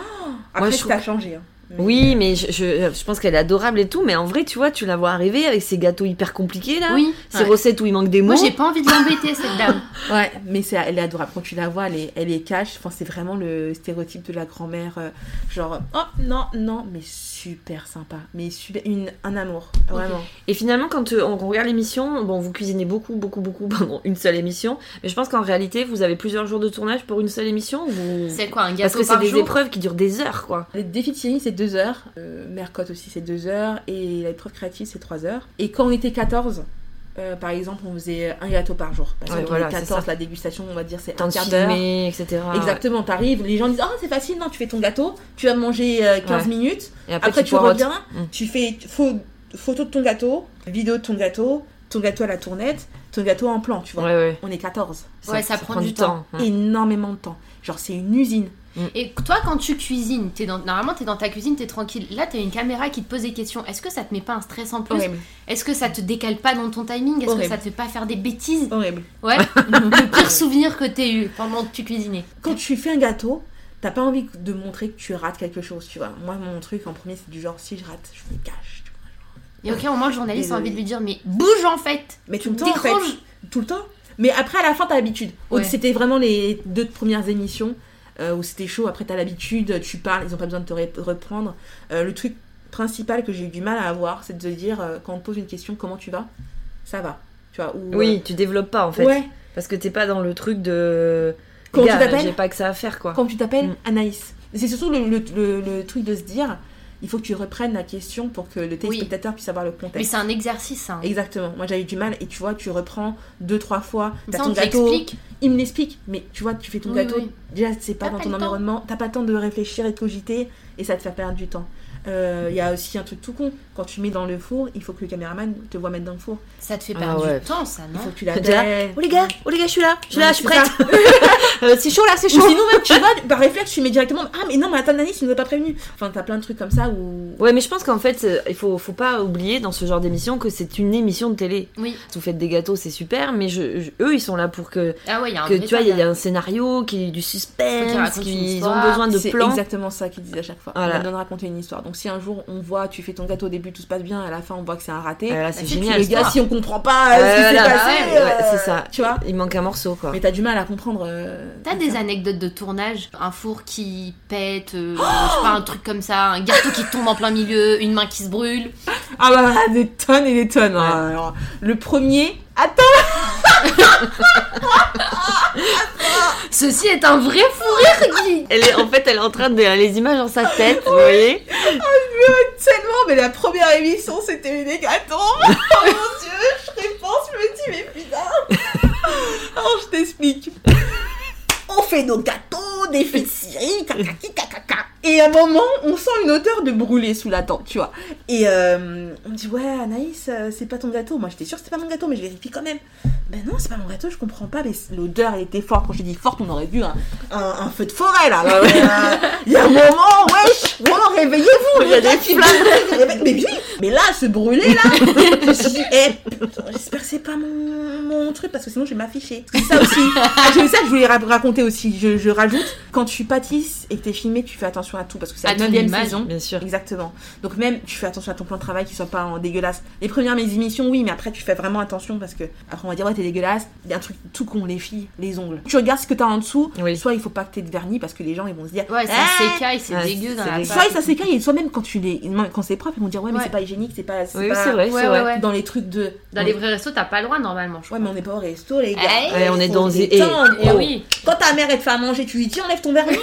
Après,
je
tout
trouve-
a changé. hein. Mais-
Oui, mais je, je, je pense qu'elle est adorable et tout, mais en vrai, tu vois, tu la vois arriver avec ses gâteaux hyper compliqués là,
Oui.
ses
Ouais.
recettes où il manque des mots.
Moi, j'ai pas envie de l'embêter, cette dame.
Ouais, mais c'est, elle est adorable. Quand tu la vois, elle est, elle est cash. Enfin, c'est vraiment le stéréotype de la grand-mère. euh, genre, oh non, non, mais super sympa. Mais super, une, un amour, vraiment.
Et finalement, quand euh, on regarde l'émission, bon, vous cuisinez beaucoup, beaucoup, beaucoup pendant une seule émission, mais je pense qu'en réalité, vous avez plusieurs jours de tournage pour une seule émission. ou Vous...
C'est quoi, un
Parce
gâteau
que c'est
par
des
jour
épreuves qui durent des heures, quoi.
Les défis de Cyril, c'est deux heures. Euh, Mercotte aussi, c'est deux heures. Et l'épreuve créative, c'est trois heures. Et quand on était 14, euh, par exemple, on faisait un gâteau par jour. Parce
Ouais,
que quand
voilà,
on est
c'est
14,
ça.
la dégustation, on va dire, c'est
Temps
un
de
quart d'heure.
filmer, etc.
Exactement, t'arrives, les gens disent Oh, c'est facile, non, tu fais ton gâteau, tu vas manger euh, 15
Ouais.
minutes,
Et après,
après,
tu,
tu,
poireautes.
reviens,
Mm.
tu fais pho- photo de ton gâteau, vidéo de ton gâteau, ton gâteau à la tournette, ton gâteau en plan, tu vois.
Ouais, ouais.
On est 14.
Ouais, ça prend du
hein.
Énormément de temps. Genre, c'est une usine.
Et toi, quand tu cuisines, es dans... normalement, t'es dans ta cuisine, t'es tranquille. Là, t'as une caméra qui te pose des questions. Est-ce que ça te met pas un stress en plus
Horrible.
Est-ce que ça te décale pas dans ton timing Est-ce que
Horrible.
ça te fait pas faire des bêtises
Horrible.
Ouais. le pire souvenir que t'aies eu pendant que tu cuisinais.
Quand tu fais un gâteau, t'as pas envie de montrer que tu rates quelque chose, tu vois. Moi, mon truc en premier, c'est du genre, si je rate, je me cache. tu vois.
Et aucun moment, le journaliste a
Désolée.
envie de lui dire Mais bouge en fait
Mais tout le temps, en fait.
Décroche.
Tout le temps. Mais après, à la fin, t'as l'habitude. Au-
Ouais.
C'était vraiment les deux premières émissions euh, où c'était chaud. Après, t'as l'habitude, tu parles, ils ont pas besoin de te ré- reprendre. Euh, le truc principal que j'ai eu du mal à avoir, c'est de dire, euh, quand on te pose une question, comment tu vas Ça va. Tu vois ou,
Oui, tu développes pas en
euh,
fait.
ouais.
Parce que t'es pas dans le truc de.
Quand
Gars,
tu t'appelles
J'ai pas que ça à faire quoi.
Quand tu t'appelles
Mm.
Anaïs. C'est surtout le, le- le- le truc de se dire, il faut que tu reprennes la question pour que le téléspectateur puisse avoir le
Bah,
Mais
contexte.
c'est un exercice, hein.
Exactement. Moi, j'avais eu du mal et tu vois, tu reprends deux, trois fois.
Comme
T'as
ça,
ton
on te
gâteau.
l'explique.
Il me l'explique, mais tu vois, tu fais ton
Oui,
gâteau,
oui.
déjà c'est pas
T'as
dans
pas
ton
le temps.
environnement, t'as pas le temps de réfléchir et de cogiter, et ça te fait perdre du temps. Euh, Il y a aussi un truc tout con, quand tu mets dans le four, il faut que le caméraman te voit mettre dans le four,
Ça te fait
Ah
perdre
ouais.
du temps, ça, non
il faut que tu
Déjà,
l'appelles.
Oh les gars, oh les gars, je suis là, je suis
Ouais,
là, je suis
c'est
prête. Euh, c'est chaud là, c'est
Ou
chaud.
sinon même, tu vois, par réflexe, tu mets directement, ah mais non, mais attends, Nanis, tu nous as pas prévenu. Enfin, t'as plein de trucs comme ça où...
Ouais, mais je pense qu'en fait, euh, il faut, faut pas oublier dans ce genre d'émission que c'est une émission de télé.
Oui.
Vous faites des gâteaux, c'est super, mais je, je- eux, ils sont là pour que,
Ah ouais, il y a un
que
vrai
tu vois, il y a
travail.
un scénario, qu'il y ait du
Faut qu'ils
suspense,
racontent une
qu'ils ont
histoire.
besoin de
C'est
plans.
exactement ça qu'ils disent à chaque fois.
Voilà.
On a besoin de raconter une histoire. Donc si un jour on voit, tu fais ton gâteau au début, tout se passe bien, à la fin on voit que c'est un raté.
Ouais, Ah, là, c'est
Bah, tu- tu
Euh, génial.
le gars,
l'histoire.
si on comprend pas euh, ce qui s'est
Voilà, Ah,
passé,
ouais, ouais,
euh,
c'est ça.
Tu vois
Il manque un morceau quoi.
Mais t'as du mal à comprendre. euh,
T'as des anecdotes de tournage Un four qui pète, euh,
Oh
je sais pas, un truc comme ça, un gâteau qui tombe en plein milieu, une main qui se brûle.
Ah bah des tonnes et des tonnes. hein.
Ouais.
Alors, le premier. Attends,
Ceci est un vrai fou rire, Guy
Elle est, en fait, elle est en train de les images dans sa tête, vous voyez.
tellement, mais la première émission c'était une hécatombe. Oh mon dieu, je réponse, je me dis, mais putain. Alors je t'explique. On fait nos gâteaux, des feux de Syrie, cacaki, cacaca. Et à un moment, on sent une odeur de brûlé sous la dent, tu vois. Et euh, on me dit, ouais, Anaïs, euh, c'est pas ton gâteau. Moi, j'étais sûre que c'était pas mon gâteau, mais je vérifie quand même. Ben non, c'est pas mon gâteau, je comprends pas, mais c- l'odeur, elle était forte. Quand j'ai dit forte, on aurait vu un, un- un feu de forêt, là.
Ah
Euh, Il y a un moment, wesh, wow, réveillez-vous, les gars qui brûlent. Mais oui, mais là, se brûler, là. je me suis dit, eh, putain, j'espère que c'est pas mon, mon truc, parce que sinon, je vais m'afficher. Parce que ça aussi, ah, j'ai ça que je voulais ra- raconter aussi. Je, je rajoute, quand tu pâtisses et que t'es filmé, tu fais attention à tout, parce que c'est
À
la
ton
neuvième
image.
saison.
Bien sûr.
Exactement. Donc même tu fais attention à ton plan de travail qui soit pas en dégueulasse. Les premières mes émissions oui, mais après tu fais vraiment attention parce que après on va dire ouais t'es dégueulasse. Il y a un truc tout con, les filles, les ongles. Tu regardes ce que t'as en dessous,
Oui.
soit il faut pas que t'aies de vernis parce que les gens ils vont se dire
Ouais, ça
Ah
s'écaille, c'est
Ouais,
dégueu dans
Eh c'est
la
dégueu.
Soit
patte.
ça s'écaille et soit même quand tu les même quand c'est propre, ils vont dire ouais mais
Ouais.
c'est pas hygiénique, c'est pas c'est
Oui,
pas
c'est vrai,
Ouais,
c'est
ouais,
vrai.
ouais.
dans les trucs de
Dans les vrais restos, t'as pas le droit normalement, je crois.
Ouais, mais on n'est pas au resto, les gars.
Eh,
Ouais, on est
Faut
dans-
se
eh,
détendre,
Eh
gros.
oui.
Quand ta mère elle te fait à manger, tu lui dis enlève ton vernis.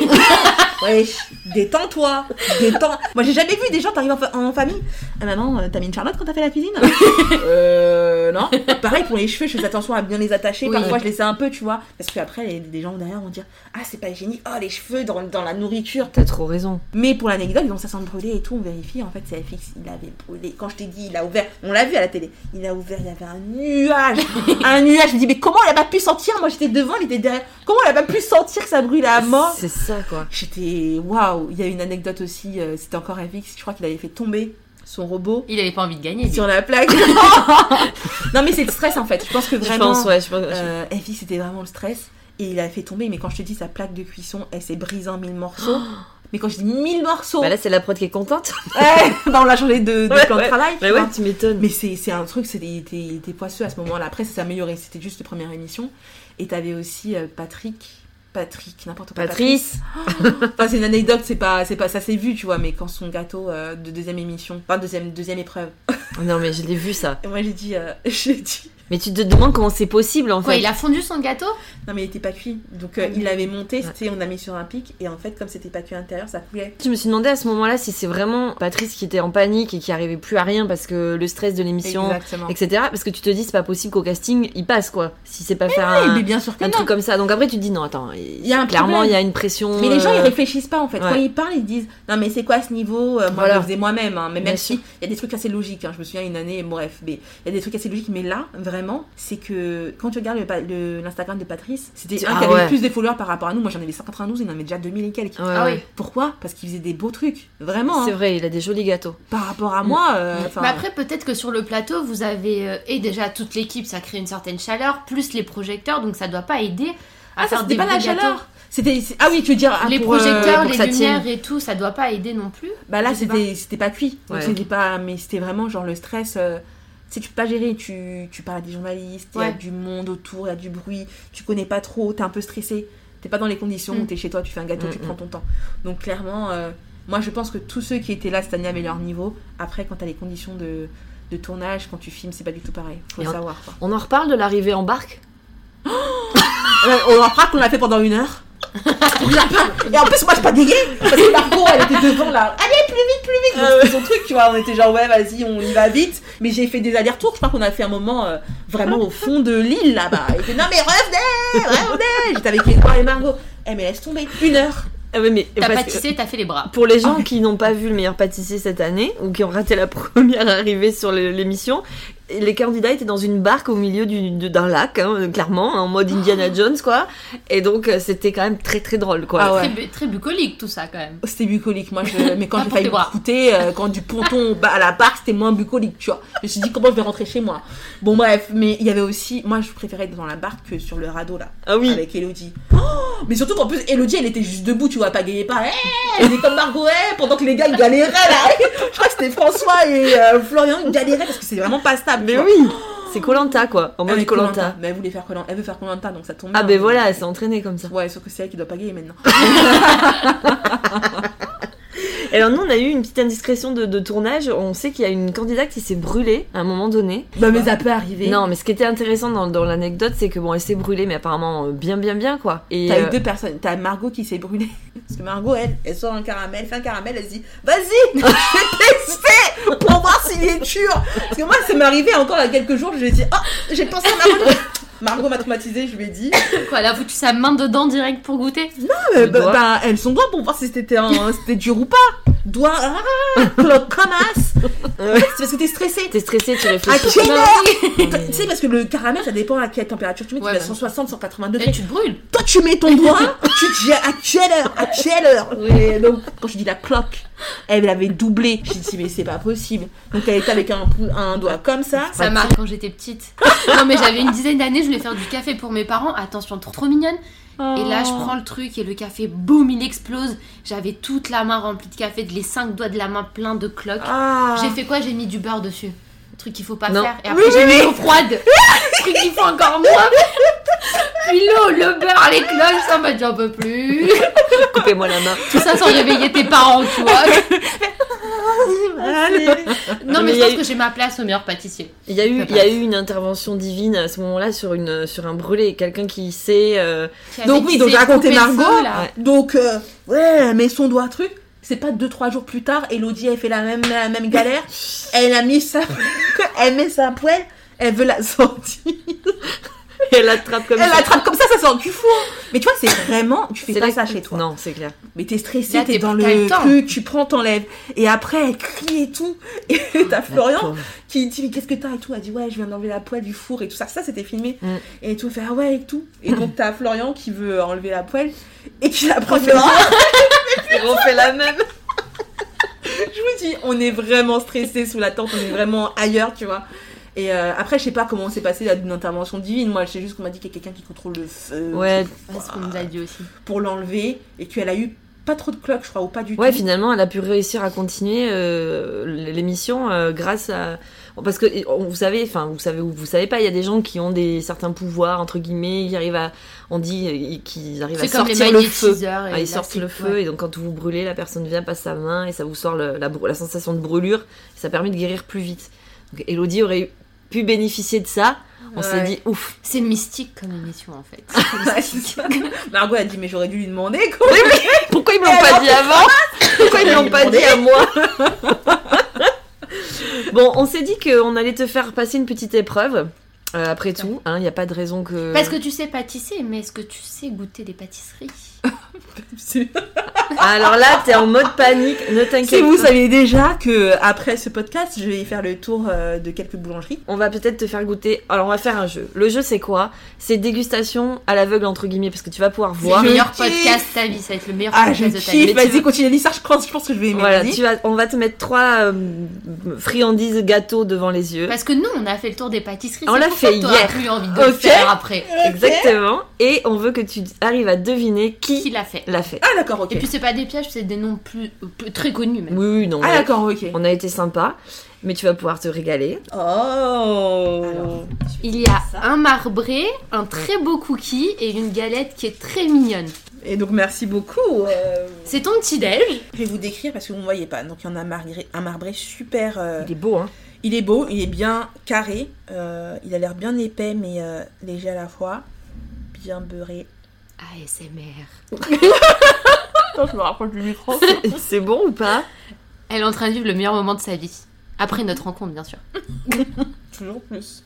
Wesh, détends-toi, détends. Moi j'ai jamais vu des gens t'arrives en, fa- en famille. Ah, maman, euh, t'as mis une charlotte quand t'as fait la cuisine Euh non. Pareil pour les cheveux, je fais attention à bien les attacher.
Oui.
Parfois je laissais un peu, tu vois, parce que après les, les gens derrière vont dire ah c'est pas hygiénique. Oh les cheveux dans, dans la nourriture.
T'as trop raison.
Mais pour l'anecdote, donc ça sent brûler et tout, on vérifie. En fait, c'est FX, il avait brûlé. Quand je t'ai dit, il a ouvert, on l'a vu à la télé, il a ouvert, il y avait un nuage. un nuage. Je me dis, mais comment elle a pas pu sentir Moi, j'étais devant, il était derrière. Comment elle a pas pu sentir que ça brûle à mort
C'est ça, quoi.
J'étais, waouh Il y a une anecdote aussi, euh, c'était encore FX, je crois qu'il avait fait tomber son robot
Il avait pas envie de gagner. lui.
sur la plaque. non, mais c'est le stress en fait. Je pense que
Je
vraiment.
pense, ouais, je pense.
Euh, FX c'était vraiment le stress et il a fait tomber mais quand je te dis sa plaque de cuisson elle s'est brisée en mille morceaux mais quand je dis mille morceaux
Bah là, c'est la prod qui est contente.
Ouais, bah on l'a changé de, de
Ouais,
plan de
ouais.
travail. tu
Bah
vois.
ouais, tu m'étonnes.
Mais c'est c'est un truc, c'était- il était, il était poisseux à ce moment-là. Après, ça s'est amélioré. C'était juste la première émission. Et t'avais aussi euh, Patrick. Patrick, n'importe quoi.
Patrice,
Enfin, c'est une anecdote, c'est pas, c'est pas, ça s'est vu, tu vois. Mais quand son gâteau euh, de deuxième émission, enfin deuxième, deuxième épreuve.
Oh, non mais je l'ai vu ça.
Et moi j'ai dit, euh, j'ai dit,
Mais tu te demandes comment c'est possible en
Quoi,
fait.
il a fondu son gâteau
non mais il était pas cuit. Donc euh, il l'avait monté,
Ah, Ouais.
c'était, on a mis sur un pic. Et en fait, comme c'était pas cuit à l'intérieur, ça coulait.
Je me suis demandé à ce moment-là si c'est vraiment Patrice qui était en panique et qui arrivait plus à rien parce que le stress de l'émission,
Exactement.
etc. Parce que tu te dis c'est pas possible qu'au casting il passe quoi. Si c'est pas faire
Et
un,
Eh mais bien sûr que
un
non.
truc comme ça. Donc après tu te dis non attends.
Il y a un
clairement
problème.
il y a une pression.
Mais les gens,
euh,
ils réfléchissent pas en fait. Quand
ouais.
ils parlent, ils disent Non, mais c'est quoi ce niveau Euh, Moi,
Voilà.
je le faisais moi-même. hein. Mais
Bien
même si, il y a des trucs assez logiques. hein. Je me souviens une année, bref, mais il y a des trucs assez logiques. Mais là, vraiment, c'est que quand tu regardes le pa- le- l'Instagram de Patrice, c'était un
Ah
qui avait
ouais.
le plus de followers par rapport à nous. Moi, j'en avais 192, il en avait déjà 2000 et quelques.
ouais,
Ah
ouais.
oui.
Pourquoi Parce qu'il faisait des beaux trucs. Vraiment.
C'est
hein.
vrai, il a des jolis gâteaux.
Par rapport à moi, euh, enfin,
Mais après, peut-être que sur le plateau, vous avez. euh, et déjà, toute l'équipe, ça crée une certaine chaleur, plus les projecteurs, donc ça doit pas aider à
ah, ça,
faire des
c'était pas la
beaux gâteaux.
chaleur. C'était c'est- ah oui tu veux dire ah,
les
pour, euh,
projecteurs,
pour que
les
ça tienne.
lumières et tout, ça doit pas aider non plus.
bah là
je sais
c'était c'était pas cuit donc
Ouais.
c'était pas mais c'était vraiment genre le stress euh, tu sais tu peux pas gérer tu, tu parles à des journalistes il y a
Ouais.
du monde autour il y a du bruit tu connais pas trop t'es un peu stressé t'es pas dans les conditions
Mm.
t'es chez toi tu fais un gâteau
Mm,
tu
mm.
prends ton temps donc clairement euh, moi je pense que tous ceux qui étaient là cette année avaient leur niveau après quand t'as les conditions de de tournage quand tu filmes c'est pas du tout pareil faut
Et
le
on-
savoir quoi.
On en reparle de l'arrivée en barque.
Ouais, Euh, on remarquera qu'on l'a fait pendant une heure Il a pas- et en plus moi je pas dégueu parce que Marco elle était devant là Donc, c'était son truc, tu vois. On était genre, ouais, vas-y, on y va vite. Mais j'ai fait des allers-retours. Je crois qu'on a fait un moment euh, vraiment au fond de l'île là-bas. Il était, non, mais revenez, revenez. J'étais avec Edouard et Margot. Eh, mais laisse tomber. Une heure.
Ah ouais, mais
T'as
parce que-
pâtissé, t'as fait les bras.
Pour les gens qui n'ont pas vu le meilleur pâtissier cette année ou qui ont raté la première arrivée sur le- l'émission, les candidats étaient dans une barque au milieu du- de- d'un lac, hein, clairement, en mode Indiana Jones quoi. Et donc euh, c'était quand même très très drôle quoi.
Ah ouais.
Très, bu- très bucolique tout ça quand même.
C'était bucolique, moi, je... mais quand
Pas
j'ai
pour
failli
tes bras.
écouter, quand du ponton au bas- à la barre, c'était moins bucolique, tu vois. Je me suis dit, comment je vais rentrer chez moi Bon, bref, mais il y avait aussi, moi, je préférais être dans la barque que sur le radeau, là.
Ah oui.
avec Elodie. Oh mais surtout qu'en plus, Elodie, elle était juste debout, tu vois, pas gayée pas. Hey, elle est comme Margot, hey, pendant que les gars ils galéraient là. Je crois que c'était François et euh, Florian ils galéraient parce que c'est vraiment pas stable.
Mais
tu vois.
oui, c'est Colanta quoi, en
Elle
mode
est Koh-Lanta.
Colanta.
Mais elle voulait faire Colanta, elle veut faire Colanta, donc ça tombe
Ah
bien.
ben voilà, elle s'est entraînée comme ça.
Ouais, sauf que c'est elle qui doit pas gayer maintenant.
Et alors nous on a eu une petite indiscrétion de, de tournage. On sait qu'il y a une candidate qui s'est brûlée à un moment donné.
bah, mais ça peut arriver.
Non, mais ce qui était intéressant dans, dans l'anecdote, c'est que bon, elle s'est brûlée, mais apparemment euh, bien bien bien quoi. Et
T'as
euh,
eu deux personnes. T'as Margot qui s'est brûlée. Parce que Margot, elle, elle sort un caramel, elle fait un caramel, elle se dit Vas-y, je vais tester pour voir s'il est dur. Parce que moi, ça m'est arrivé encore il y a quelques jours, je lui ai dit Oh, j'ai pensé à Margot. Margot m'a traumatisée, je lui ai dit
Quoi, elle a foutu sa main dedans direct pour goûter
Ah, bah,
Le doigt.
bah, bah, elles sont doigts pour voir si c'était un- c'était dur ou pas. Doigt, ah, Claude Comas.
Ouais.
C'est parce que t'es stressé.
t'es stressée, tu
À
réfléchis.
quelle heure
Mais-
Tu sais, parce que le caramel, ça dépend à quelle température tu mets.
Ouais,
tu mets à
bah.
160, 180 degrés.
Et tu te brûles.
Toi, tu mets ton doigt, tu te dis à quelle heure À quelle heure Et donc, quand je dis la cloque, elle l'avait doublé. J'ai dit, mais c'est pas possible. Donc, elle était avec un, pou- un doigt comme ça.
Ça m'a quand j'étais petite. non mais j'avais une dizaine d'années, je voulais faire du café pour mes parents. Attention, trop, trop mignonne. Et là, je
Oh.
prends le truc et le café, boum, il explose. J'avais toute la main remplie de café, les cinq doigts de la main pleins de cloques.
Ah.
J'ai fait quoi J'ai mis du beurre dessus. Un truc qu'il faut pas
Non.
faire. Et après, j'ai mis l'eau froide. trucs qui font encore moins. Puis l'eau, le beurre, les cloches, ça m'a dit j'en peux plus.
Coupez-moi la main.
Tout ça sans réveiller tes parents, tu vois.
Allez.
Non,
Mais
mais,
il y
je
a
pense
eu-
que j'ai ma place au meilleur pâtissier.
Il y a eu,
Ça
il y a eu une intervention divine à ce moment-là sur une, sur un brûlé, quelqu'un qui sait. euh,
Qui avait-
Donc oui,
qui
donc
s'est
j'ai raconté
coupé le feu,
Margot.
là.
Ouais.
Donc, euh, ouais, mais son doigt truc, c'est pas deux, trois jours plus tard, Elodie, elle fait la même, la même galère. Elle a mis sa, elle met sa poêle, elle veut la sortir.
Elle attrape comme
Elle
ça.
l'attrape comme ça, ça sort du four. Mais tu vois, c'est vraiment, tu fais
C'est
pas
là-
ça chez toi.
Non, c'est clair.
Mais t'es stressé,
Là,
t'es
t'es-
dans
t'as
le
le temps.
truc, tu prends, t'enlèves. Et après, elle crie et tout. Et t'as Florian qui dit, mais qu'est-ce que t'as et tout. Elle dit, ouais, je viens d'enlever la poêle du four et tout ça. Ça, c'était filmé.
Mm.
Et tout, elle fait, ah ouais, et tout. Et donc, t'as Florian qui veut enlever la poêle et qui la prend.
Ils refait la même.
Je me dis, on est vraiment stressé sous la tente, on est vraiment ailleurs, tu vois. Et euh, après, je sais pas comment on s'est passé là d'une intervention divine. Moi, je sais juste qu'on m'a dit qu'il y a quelqu'un qui contrôle le feu
Ouais,
Ouais, C'est ce qu'on nous a dit aussi.
pour l'enlever et qu'elle a eu pas trop de cloques, je crois, ou pas du
ouais,
tout.
finalement, elle a pu réussir à continuer euh, l'émission euh, grâce à parce que et, on- vous savez, enfin, vous savez ou vous savez pas, il y a des gens qui ont des certains pouvoirs entre guillemets, qui arrivent à, on dit, euh, ils- qu'ils arrivent à
C'est comme les
sortir le feu.
magnétiseurs.
Ah, ils sortent le feu et donc quand vous brûlez, la personne vient, passe sa main et ça vous sort le- la, brû- la sensation de brûlure. Ça permet de guérir plus vite. Donc Elodie aurait pu bénéficier de ça. On s'est
Ouais.
dit ouf.
C'est mystique comme émission en fait.
Ouais, c'est ça. Margot a dit, mais j'aurais dû lui demander. quoi.
Pourquoi ils me l'ont pas dit avant Pourquoi ils me l'ont pas dit à moi Bon, on s'est dit qu'on allait te faire passer une petite épreuve. Euh, après tout, il n'y a pas de raison que.
Parce que tu sais pâtisser, mais est-ce que tu sais goûter des pâtisseries
Si
Alors là, t'es en mode panique. Ne
si
t'inquiète
vous
pas.
saviez déjà que après ce podcast, je vais faire le tour euh, de quelques boulangeries.
On va peut-être te faire goûter. Alors on va faire un jeu. Le jeu c'est quoi C'est dégustation à l'aveugle entre guillemets parce que tu vas pouvoir
C'est le
voir.
Je
meilleur
kiffe.
podcast de ta vie, ça va être le meilleur
Ah, je
podcast de ta vie.
kiffe.
Mais tu veux-
Vas-y, continue Lisa, je pense, je pense que je vais aimer.
Voilà,
Vas-y.
tu vas, on va te mettre trois euh, friandises gâteaux devant les yeux.
Parce que nous, on a fait le tour des pâtisseries.
On
c'est
l'a
pour
fait
ça que t'auras
hier.
plus envie de
Ok.
le faire après.
Exactement. Et on veut que tu arrives à deviner
Qui
qui
l'a fait
l'a fait.
Ah d'accord, ok.
Et puis c'est pas des pièges, c'est des noms plus, plus- très connus même.
Oui, oui, non.
Ah
mais
d'accord, ok.
on a été sympa, mais tu vas pouvoir te régaler.
Oh.
Alors.
Il y a un marbré, un très beau cookie et une galette qui est très mignonne.
Et donc merci beaucoup. euh,
C'est ton petit déj.
Je vais vous décrire parce que vous ne voyez pas. Donc il y en a un margré- un marbré super. euh,
Il est beau, hein.
Il est beau, il est bien carré. euh, il a l'air bien épais mais euh, léger à la fois. Bien beurré.
ASMR.
Attends, je me rapproche du micro.
C'est bon ou pas
Elle est en train de vivre le meilleur moment de sa vie. Après notre rencontre, bien sûr.
Toujours plus.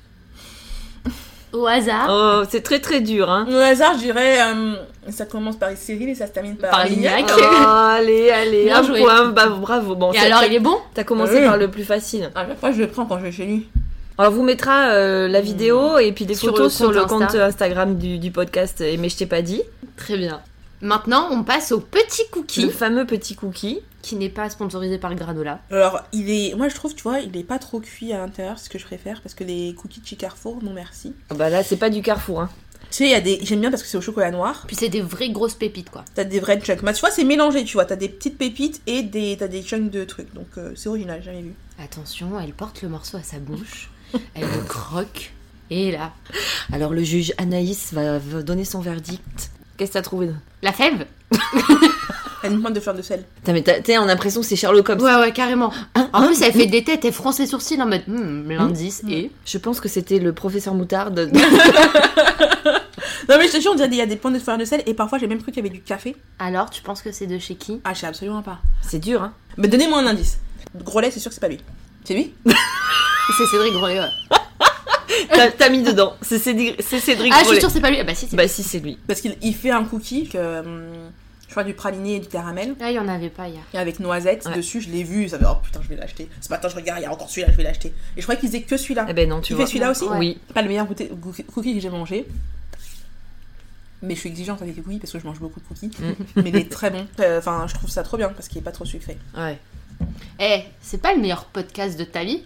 Au hasard,
Oh, c'est très très dur, hein.
Au hasard, je dirais. euh, ça commence par Cyril et ça se termine par,
Par Lignac.
Oh, allez, allez,
Bien
un
joué.
point, bah, bravo. Bon,
et
c'est-
alors
t'as-
il est bon
t'as commencé
Oui.
par le plus facile.
À chaque fois, Ah, je le prends quand je vais chez lui.
Alors, on vous mettra euh, la vidéo et puis des
Sur
photos
le
sur
compte
le compte euh,
Insta.
Instagram du, du podcast. euh, Mais je t'ai pas dit.
Très bien. Maintenant, on passe au petit
Le
cookie,
fameux petit cookie.
qui n'est pas sponsorisé par le granola.
Alors, il est. Moi, je trouve, tu vois, il est pas trop cuit à l'intérieur, c'est ce que je préfère, parce que les cookies de chez Carrefour, non merci.
Ah Bah là, c'est pas du Carrefour, hein.
Tu sais, il y a des. J'aime bien parce que c'est au chocolat noir.
Puis c'est des vraies grosses pépites, quoi.
T'as des vrais chunks. Bah, tu vois, c'est mélangé, tu vois. T'as des petites pépites et des, t'as des chunks de trucs. Donc, euh, c'est original, jamais vu.
Attention, elle porte le morceau à sa bouche, elle le croque, et là,
Alors le juge Anaïs va, va donner son verdict. Qu'est-ce que t'as trouvé
la fève
Elle nous demande de faire de sel.
Putain, mais t'as- t'es on a l'impression que c'est Sherlock Holmes.
Ouais, ouais, carrément. En plus, elle fait des têtes, elle fronce les sourcils en mode hmm, l'indice et.
Je pense que c'était le professeur Moutarde.
Non, mais je te jure, on dirait qu'il y a des points de faire de sel. Et parfois, j'ai même cru qu'il y avait du café.
Alors, tu penses que c'est de chez qui
Ah, je sais absolument pas.
c'est dur, hein
Mais donnez-moi un indice. Grolet, c'est sûr que c'est pas lui. C'est lui
C'est Cédric Grolet, ouais.
T'as t'as mis dedans. C'est Cédric, c'est Cédric
Ah, je suis
Grolet.
sûre que c'est pas lui. Ah, bah si, c'est
Bah si, c'est lui.
Parce qu'il il fait un cookie que. hum, je crois du praliné et du caramel.
Là, il y en avait pas hier.
Et avec noisettes
Ouais.
dessus, je l'ai vu. Ça fait, oh putain, je vais l'acheter. Ce matin, je regarde, il y a encore celui-là, je vais l'acheter. Et je croyais qu'ils faisaient que celui-là.
Eh ben non, tu
Il
vois.
fait celui-là aussi
Ouais.
Oui.
Pas le meilleur goûter- gou- cookie que j'ai mangé. Mais je suis exigeante avec les cookies parce que je mange beaucoup de cookies. Mais il est très bon. Euh, Enfin, je trouve ça trop bien parce qu'il est pas trop sucré.
Ouais.
Eh, c'est pas le meilleur podcast de ta vie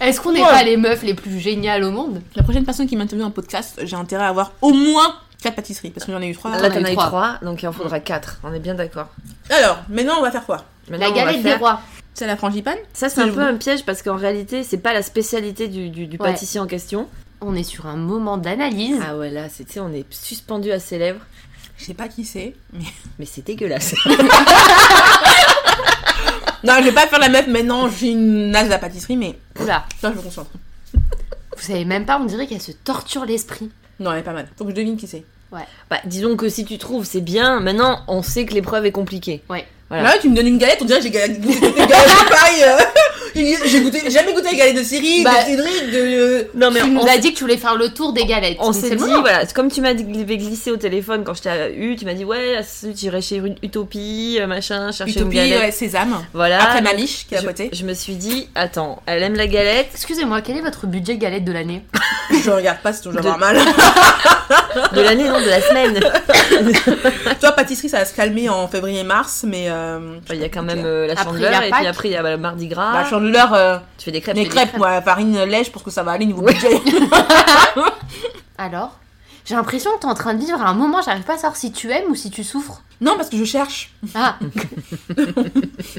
Est-ce qu'on n'est
Ouais.
pas les meufs les plus géniales au monde
La prochaine personne qui m'interviewe en podcast, j'ai intérêt à avoir au moins 4 pâtisseries parce que j'en ai eu 3.
Là,
Attends.
t'en
on a
as
eu
eu
trois. Mm.
trois, donc il en faudra quatre. On est bien d'accord.
Alors, maintenant, on va faire quoi
Maintenant, Bah
La
on va
galette des
faire
rois.
C'est la frangipane
Ça, c'est un
Je
peu
vous-
un piège parce qu'en réalité, c'est pas la spécialité du, du- du
Ouais. Mm.
pâtissier en question.
On est sur un moment d'analyse.
Ah ouais, là, c'est- tu sais, on est suspendu à ses lèvres,
Je sais pas qui c'est. mais-
mais c'est dégueulasse.
Non, je vais pas faire la meuf maintenant, j'ai une as de la pâtisserie, mais
Oula,
là, je me concentre.
vous savez même pas, on dirait qu'elle se torture l'esprit.
Non, elle est pas mal. Faut que je devine qui c'est.
bah, disons que si tu trouves, c'est bien. Maintenant, on sait que l'épreuve est compliquée.
Là,
Voilà.
Bah tu me donnes une galette, on dirait que j'ai ga- goûté des galettes de Paris. euh. J'ai- J'ai goûté- j'ai jamais goûté les galettes de Syrie,
Bah,
de Cédric, de.
Non, mais
tu nous
on,
as dit que tu voulais faire le tour des galettes.
on
donc c'est
s'est
le
dit,
moment.
voilà, c'est comme tu m'as gl- glissé au téléphone quand je t'ai eu, tu m'as dit, ouais, j'irai chez une Utopie, euh, machin, chercher une
Utopie,
galette.
ouais, Sésame.
Voilà.
Après ma miche qui est à
je,
côté.
je me suis dit, attends, elle aime la galette,
Excusez-moi, quel est votre budget galette de l'année
Je regarde pas, sinon je vais avoir mal.
de l'année, non, de la semaine.
Toi, pâtisserie, ça va se calmer en février-mars, mais. euh,
Il y a quand
Ok.
même euh, la
Après,
chandeleur,
il y a
et
Pâques.
puis après, il y a bah, le mardi gras.
Bah, chandeleur, euh,
Tu fais des crêpes.
les
tu fais des
crêpes, moi, farine euh, lait, je pense que ça va aller niveau budget.
Alors J'ai l'impression que t'es en train de vivre un moment, j'arrive pas à savoir si tu aimes ou si tu souffres.
non, parce que je cherche.
Ah,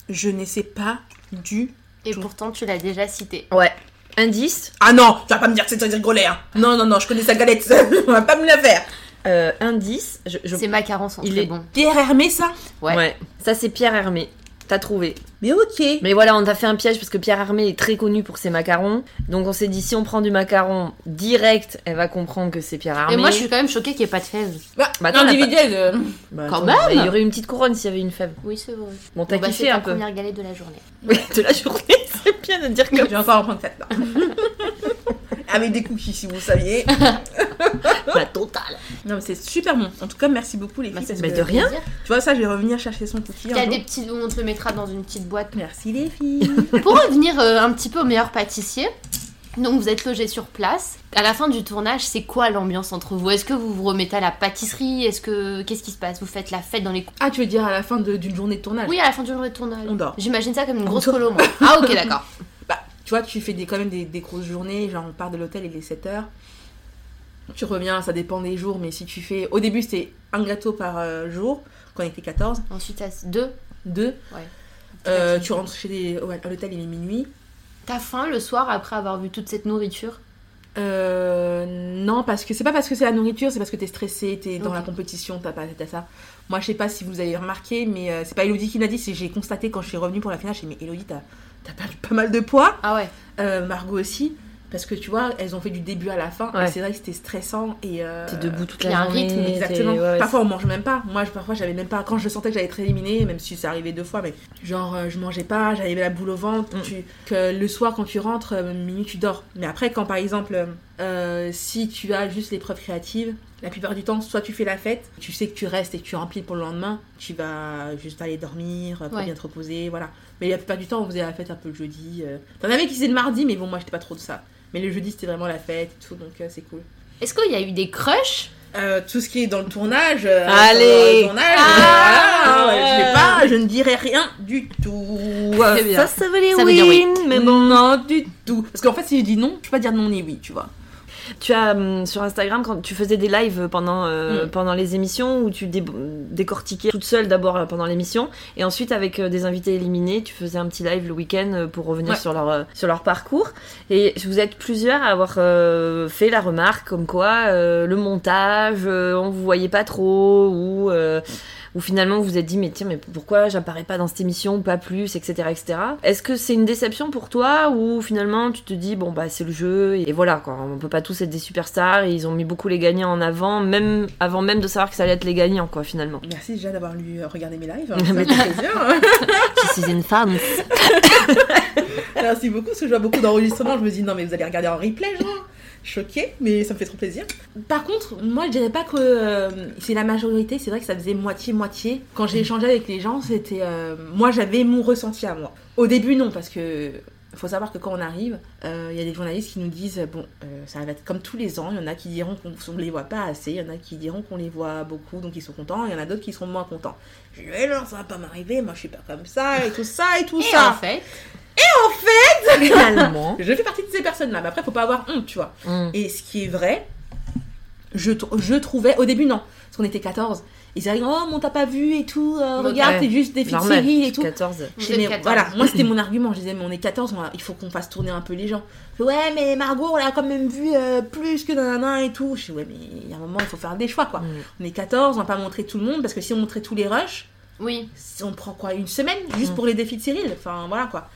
Je ne sais pas du.
et pourtant tu l'as déjà cité.
Ouais. Indice.
Ah non, tu vas pas me dire que c'est Cédric Grolet, hein. Non, non, non, je connais sa galette, on va pas me la faire.
Euh, indice. Je, je-
Ces macarons sont
Il
très
est-
bons.
Pierre Hermé, ça
ouais.
Ça, c'est Pierre Hermé. T'as trouvé.
Mais ok.
Mais voilà, on t'a fait un piège parce que Pierre Hermé est très connu pour ses macarons. Donc on s'est dit, si on prend du macaron direct, elle va comprendre que c'est Pierre Hermé.
Et moi je suis quand même choquée qu'il n'y ait pas de fèves.
Bah,
Bah, attends,
individuel. euh,
Bah,
Quand
attends,
même
Il y aurait une petite couronne s'il y avait une fève.
Oui, c'est vrai.
Bon, t'as
Bon, bah, c'est
kiffé
ta
un peu.
première galette de la journée.
Oui, de la journée, c'est bien de dire
Je
comme.
vais encore en prendre cette là. Avec des cookies, si vous saviez.
La totale.
Non, mais c'est super bon. En tout cas, merci beaucoup,
Bah,
les filles. parce
mais
que-
Bah, de rien.
Tu vois, ça, je vais revenir chercher son cookie.
Il
un
y a
jour.
des petits, on te le mettra dans une petite boîte.
Merci, les filles.
Pour revenir euh, un petit peu au meilleur pâtissier, donc vous êtes logé sur place. À la fin du tournage, c'est quoi l'ambiance entre vous Est-ce que vous vous remettez à la pâtisserie Est-ce que qu'est-ce qui se passe Vous faites la fête dans les cou-
ah, tu veux dire à la fin de- d'une journée de
Ah.
tournage
Oui, à la fin du jour de tournage.
On dort.
J'imagine ça comme une
On
grosse
dort.
colo, moi. Ah ok, d'accord.
Bah, tu vois, tu fais des, quand même des, des grosses journées. Genre, on part de l'hôtel, il est 7h. Tu reviens, ça dépend des jours, mais si tu fais. Au début, c'était un gâteau par euh, jour, quand on était 14,
Ensuite, à deux.
2.
Ouais.
euh, tu rentres chez les... ouais, à l'hôtel, il est minuit.
T'as faim le soir après avoir vu toute cette nourriture
Euh, non, parce que c'est pas parce que c'est la nourriture, c'est parce que t'es stressé, t'es dans
Ok.
la compétition, t'as pas, t'as ça. Moi, je sais pas si vous avez remarqué, mais euh, c'est pas Elodie qui l'a dit, c'est j'ai constaté quand je suis revenue pour la finale, j'ai dit, mais Elodie, t'as, t'as perdu pas mal de poids,
Ah ouais.
Euh, Margot aussi, parce que tu vois, elles ont fait du début à la fin,
Ouais.
et c'est vrai que c'était stressant et. euh,
T'es debout toute
Il y a
la
un
journée.
rythme,
t'es-
Exactement.
ouais, ouais,
parfois on mange même pas. Moi, je, parfois j'avais même pas. Quand je sentais que j'allais être éliminée, même si c'est arrivé deux fois, mais genre euh, je mangeais pas, j'avais la boule au ventre.
Mm.
tu- que le soir quand tu rentres, euh, minuit tu dors. Mais après, quand par exemple, euh, euh, si tu as juste l'épreuve créative, la plupart du temps, soit tu fais la fête, tu sais que tu restes et que tu remplis pour le lendemain, tu vas juste aller dormir, euh, pour
Ouais.
bien te reposer, voilà. Mais la plupart du temps, on faisait la fête un peu le jeudi. euh. T'en avais qui faisaient le mardi, mais bon, moi j'étais pas trop de ça. Mais le jeudi, c'était vraiment la fête et tout, donc euh, c'est cool.
Est-ce qu'il y a eu des crushs
Euh, tout ce qui est dans le tournage. euh,
Allez.
dans le tournage, euh,
Ah,
voilà,
ouais.
je sais pas, je ne dirais rien du tout.
ouais. Ça, ça veut dire
Ça veut
oui,
dire oui. Mm.
mais bon.
Non, du tout. Parce qu'en fait, si je dis non, je peux pas dire non ni oui, tu vois.
Tu as hum, sur Instagram quand tu faisais des lives pendant euh,
Mm.
pendant les émissions où tu dé- décortiquais toute seule d'abord euh, pendant l'émission et ensuite avec euh, des invités éliminés tu faisais un petit live le week-end euh, pour revenir
Ouais.
sur leur euh, sur leur parcours et vous êtes plusieurs à avoir euh, fait la remarque comme quoi euh, le montage euh, on vous voyait pas trop ou euh, ou finalement vous vous êtes dit mais tiens mais pourquoi j'apparais pas dans cette émission pas plus etc etc est-ce que c'est une déception pour toi ou finalement tu te dis bon bah c'est le jeu et voilà quoi on peut pas tous être des superstars et ils ont mis beaucoup les gagnants en avant même avant même de savoir que ça allait être les gagnants quoi finalement
Merci déjà d'avoir lu, euh, regardé mes lives.
Mais
Ça me fait plaisir.
je suis une femme
Merci beaucoup, parce que je vois beaucoup d'enregistrements. Je me dis non, mais vous allez regarder en replay, genre. Choquée, mais ça me fait trop plaisir. Par contre, moi je dirais pas que euh, c'est la majorité, c'est vrai que ça faisait moitié-moitié. Quand j'ai échangé avec les gens, c'était. euh, moi j'avais mon ressenti à moi. Au début, non, parce que faut savoir que quand on arrive, euh, il y a des journalistes qui nous disent bon, euh, ça va être comme tous les ans. Il y en a qui diront qu'on ne les voit pas assez, il y en a qui diront qu'on les voit beaucoup, donc ils sont contents. Il y en a d'autres qui seront moins contents. Je dis eh non, ça va pas m'arriver, moi je suis pas comme ça et tout ça et tout
Et en
ça.
fait,
finalement
Je fais partie de ces personnes-là, mais après faut pas avoir honte, tu vois.
Mm.
Et ce qui est vrai, je, tr- je trouvais, au début non, parce qu'on était 14, Ils arrivent, oh, mais on t'a pas vu et tout, euh,
Ouais.
regarde, c'est juste des filles de
Normal,
série et
je suis
tout.
14.
Je
Vous
dis,
êtes
mais
14.
voilà, moi c'était mon argument. Je disais, mais on est 14, on va- il faut qu'on fasse tourner un peu les gens. Je dis, ouais, mais Margot, on l'a quand même vu euh, plus que nanana et tout. Je dis, ouais, mais il y a un moment, il faut faire des choix quoi.
Mm.
On est 14, on va pas montrer tout le monde parce que si on montrait tous les rushs,
Oui.
on prend quoi Une semaine juste
Mm.
pour les défis de Cyril Enfin voilà quoi.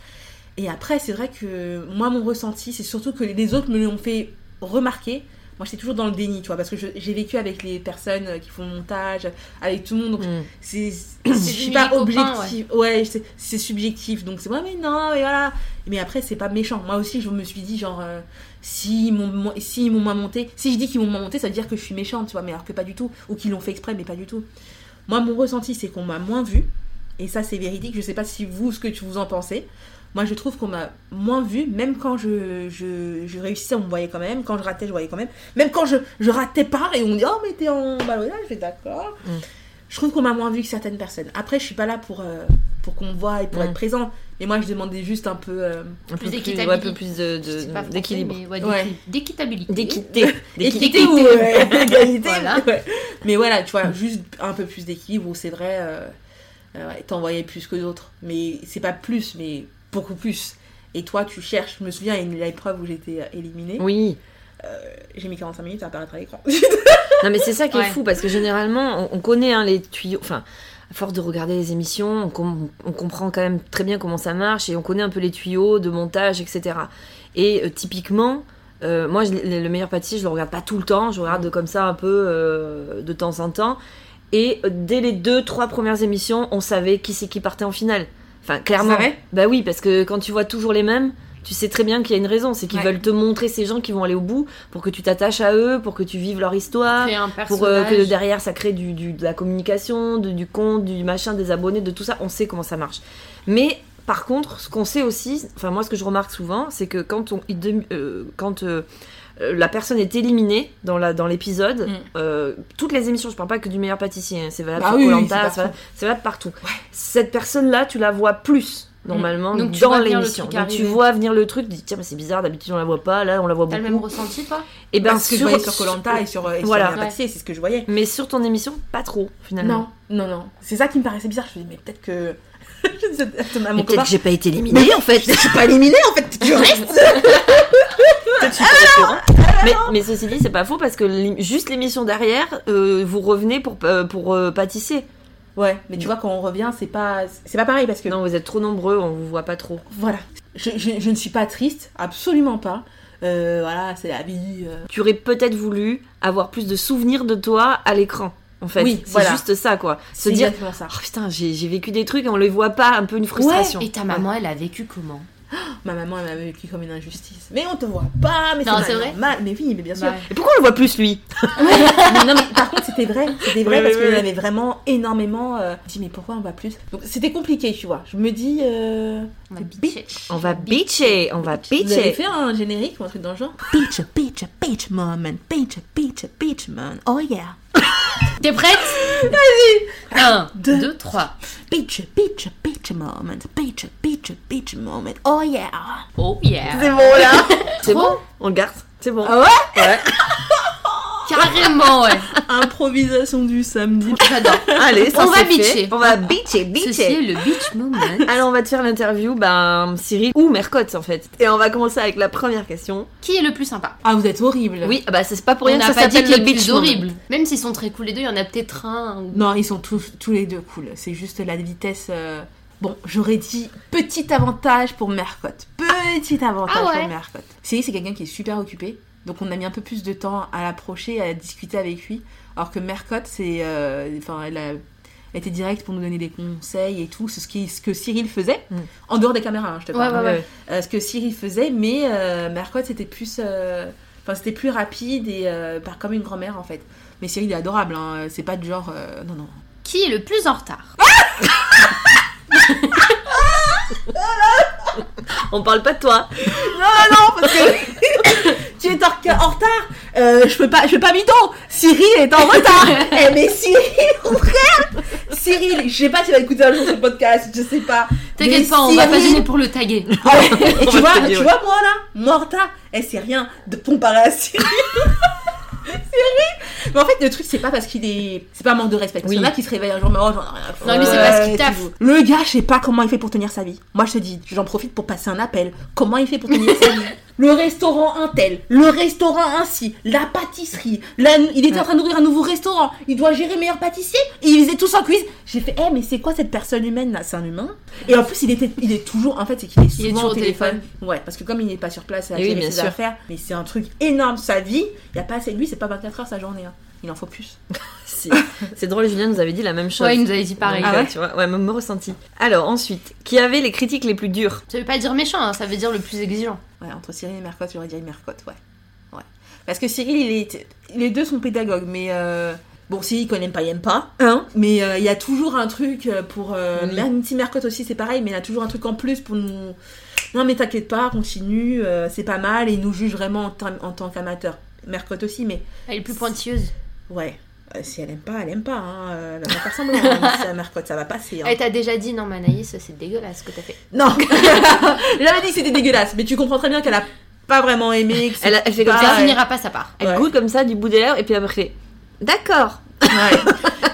Et après, c'est vrai que moi, mon ressenti, c'est surtout que les autres me l'ont fait remarquer. Moi, j'étais toujours dans le déni, tu vois, parce que je- j'ai vécu avec les personnes euh, qui font le montage, avec tout le monde. donc
Mm.
c'est je suis
suivi
pas
les copains,
objectif ouais, c'est- c'est subjectif donc c'est ouais mais non mais voilà mais après c'est pas méchant moi aussi je me suis dit genre euh, si ils m'ont mo- si ils m'ont moins monté si je dis qu'ils m'ont moins monté ça veut dire que je suis méchante tu vois mais alors que pas du tout ou qu'ils l'ont fait exprès mais pas du tout moi mon ressenti c'est qu'on m'a moins vu et ça c'est véridique je sais pas si vous ce que tu vous en pensez moi je trouve qu'on m'a moins vu même quand je, je, je réussissais on me voyait quand même quand je ratais je voyais quand même même quand je, je ratais pas et on me dit oh mais t'es en ballonnage je fais d'accord je trouve qu'on m'a moins vu que certaines personnes. Après, je suis pas là pour, euh, pour qu'on me voie et pour
Mm.
être présent. Mais moi, je demandais juste un peu
Un
euh,
peu
Plus
plus,
d'équitabilité.
ouais, un peu plus de-
Je sais pas
de-
français,
d'équilibre.
mais ouais, d'équi-
Ouais.
D'équitabilité.
D'équité.
équité,
équité.
ou euh, égalité.
Voilà.
ouais. Mais voilà, tu vois, juste un peu plus d'équilibre où c'est vrai, euh, euh, ouais, t'envoyais plus que d'autres. Mais c'est pas plus, mais beaucoup plus. Et toi, tu cherches. Je me souviens, il y a une épreuve où j'étais euh, éliminée.
Oui.
J'ai mis 45 minutes à apparaître à l'écran.
Non, mais c'est ça qui est
Ouais.
fou parce que généralement, on, on connaît hein, les tuyaux. Enfin, à force de regarder les émissions, on, com- on comprend quand même très bien comment ça marche et on connaît un peu les tuyaux de montage, etc. Et euh, typiquement. euh, moi, je- le le meilleur pâtissier, je le regarde pas tout le temps, je regarde comme ça un peu euh, de temps en temps. Et euh, dès les deux, trois premières émissions, on savait qui c'est qui partait en finale. Enfin, clairement.
vrai
Bah oui, parce que quand tu vois toujours les mêmes, tu sais très bien qu'il y a une raison. C'est qu'ils
Ouais.
veulent te montrer ces gens qui vont aller au bout pour que tu t'attaches à eux, pour que tu vives leur histoire,
Créer un
pour euh, que
personnage.
derrière ça crée du, du- de la communication, de- du compte, du machin, des abonnés, de tout ça. On sait comment ça marche. Mais par contre, ce qu'on sait aussi, enfin moi ce que je remarque souvent, c'est que quand, on, il dem- euh, quand euh, euh, la personne est éliminée dans la- dans l'épisode,
Mm.
euh, toutes les émissions, je parle pas que du meilleur pâtissier, hein, c'est
Ah
valable
Bah
sur
oui, oui,
Koh-Lanta,
c'est partout.
c'est valable- c'est valable partout. Cette personne-là, tu la vois plus normalement
Mm. Donc tu
dans
vois venir le
l'émission.
truc
Donc tu
arriver.
vois venir le truc, tu dis tiens mais c'est bizarre, d'habitude on la voit pas, là on la voit
T'as le
beaucoup.
même ressenti, toi
Et ben
Parce que je
sur-
voyais sur Colanta et sur, euh, et sur
Voilà.
Bien Pâtissier, c'est ce que je voyais.
mais sur ton émission, pas trop finalement.
Non, non, non. C'est ça qui me paraissait bizarre. Je me dis, mais peut-être que. je disais à mon
Mais
copain,
peut-être que j'ai pas été éliminée.
Mais en fait, je suis pas éliminée en fait, tu restes
hein. Mais, mais ceci dit, c'est pas faux parce que l'ém- juste l'émission derrière, euh, vous revenez pour, euh, pour euh, pâtissier.
Ouais, mais tu vois quand on revient, c'est pas c'est pas pareil parce que
Non, vous êtes trop nombreux, on vous voit pas trop.
voilà, je, je- je ne suis pas triste, absolument pas. Euh, voilà, c'est la vie. euh.
Tu aurais peut-être voulu avoir plus de souvenirs de toi à l'écran. En fait,
Oui,
c'est
voilà.
juste ça quoi. Se
C'est
dire
exactement ça.
Oh putain, j'ai j'ai vécu des trucs et on les voit pas, un peu une frustration.
Et ta maman, elle a vécu comment
Ma maman elle m'a vécu comme une injustice. Mais on te voit pas, mais
Non,
c'est
c'est
pas
vrai
normal. Mais oui, mais bien sûr.
Bah,
Et pourquoi on le voit plus lui
Mais non, mais par contre, c'était vrai. C'était vrai
Oui,
parce
oui,
que
oui.
j'avais vraiment énormément. euh, dit, mais pourquoi on va plus Donc c'était compliqué, tu vois. Je me dis. euh,
On va bitcher.
On va bitcher, on va
Vous avez
bitcher.
fait un générique ou un truc dans le genre
Beach, beach, beach moment, beach, beach, beach moment. Oh yeah.
T'es prête Vas-y 1, 2, 3.
Beach, beach, beach moment, beach, beach, beach moment. Oh yeah.
Oh yeah
C'est bon là C'est bon On le garde C'est bon.
Ah
Carrément, ouais
Improvisation du samedi.
J'adore
Allez, ça
On va
c'est fait.
bitcher.
On va bitcher,
Ceci
bitcher.
est le bitch moment.
Alors on va te faire l'interview, ben Cyril ou Mercotte en fait. Et on va commencer avec la première question.
Qui est le plus sympa
Ah, vous êtes horrible.
Oui, ah bah c'est pas pour
On
rien que
n'a
ça
pas dit
s'appelle
qu'il
le
le
bitch.
plus
moment.
horrible. Même s'ils sont très cool les deux, il y en a peut-être un. ou-
Non, ils sont tous, tous les deux cool. C'est juste la vitesse. euh, Bon, j'aurais dit petit avantage pour Mercotte. Petit avantage
Ah ouais.
pour Mercotte. C'est c'est quelqu'un qui est super occupé. Donc on a mis un peu plus de temps à l'approcher, à discuter avec lui. Alors que Mercotte, c'est, euh, enfin, elle a été directe pour nous donner des conseils et tout. C'est ce, qui, ce que Cyril faisait
Mm.
en dehors des caméras, hein, je te
Ouais,
parle.
ouais, ouais.
Euh, ce que Siri faisait, mais euh, Mercotte c'était plus, euh, enfin c'était plus rapide et euh, par comme une grand-mère en fait. Mais Cyril est adorable, hein, c'est pas du genre, euh, non non.
Qui est le plus en retard
Ah, On parle pas de toi.
Non parce que tu es en, en retard, Euh, je peux pas, je peux pas mytho. Cyril est en retard. Eh, mais Cyril, mon frère, Cyril, je sais pas s'il va écouter un jour ce podcast, je sais pas.
T'inquiète
Mais
pas, on va pas
Cyril-
gêner pour le taguer.
Ah ouais, et
On va
tu vois,
te dire, ouais.
tu eh, vois moi là, morta, elle c'est rien de comparer à Cyril. Mais en fait, le truc, c'est pas parce qu'il est. C'est pas un manque de respect. Parce
Oui.
qu'il y en a qui se réveillent un jour, mais oh, j'en ai rien à foutre.
Non, lui, c'est parce qu'il
et
taffe.
tout. Le gars, je sais pas comment il fait pour tenir sa vie. Moi, je te dis, j'en profite pour passer un appel. Comment il fait pour tenir sa vie Le restaurant un tel, le restaurant ainsi, la pâtisserie. la- il était en train d'ouvrir un nouveau restaurant. Il doit gérer meilleur pâtissier. Et il faisait tous en quiz. J'ai fait, eh, mais c'est quoi cette personne humaine là C'est un humain Et en plus, il était, il est toujours. En fait, c'est qu'il est souvent
Il est toujours
au
au
téléphone. Ouais, parce que comme il n'est pas sur place, à
Et oui,
gérer
bien
ses
sûr.
affaires. Mais c'est un truc énorme sa vie. Il y a pas assez. Lui, c'est pas 24 heures sa journée. hein. Il en faut plus.
Si. C'est drôle, Julien nous avait dit la même chose.
Ouais, il nous avait dit pareil.
Donc,
Ah ouais
euh, tu vois, ouais, même ressenti. Alors ensuite, qui avait les critiques les plus dures
Ça veut pas dire méchant, hein, ça veut dire le plus exigeant.
Ouais, entre Cyril et Mercotte, j'aurais dit Mercotte, ouais. ouais. Parce que Cyril, il est... les deux sont pédagogues, mais euh, bon, Cyril, qu'on aime pas, il aime pas. Hein mais euh, il y a toujours un truc euh, pour. euh,
Oui.
Même si Mercotte aussi, c'est pareil, mais il y a toujours un truc en plus pour nous. Non, mais t'inquiète pas, continue, euh, c'est pas mal, et il nous juge vraiment en, tam- en tant qu'amateur. Mercotte aussi, mais
Elle est plus pointilleuse.
ouais. euh, si elle aime pas, elle aime pas. Hein. euh, Elle va pas faire semblant. hein, si c'est Mercotte, ça va passer. hein.
Elle t'a Eh, déjà dit, non, Manaïs, c'est dégueulasse ce que t'as fait.
Non J'ai jamais dit que c'était dégueulasse, mais tu comprends très bien qu'elle a pas vraiment aimé. que c'est-
elle, a- elle fait comme
Ah,
ça
ça.
ouais.
finira pas sa part.
Elle
Ouais.
goûte comme ça du bout des lèvres et puis après elle fait. D'accord.
Ouais.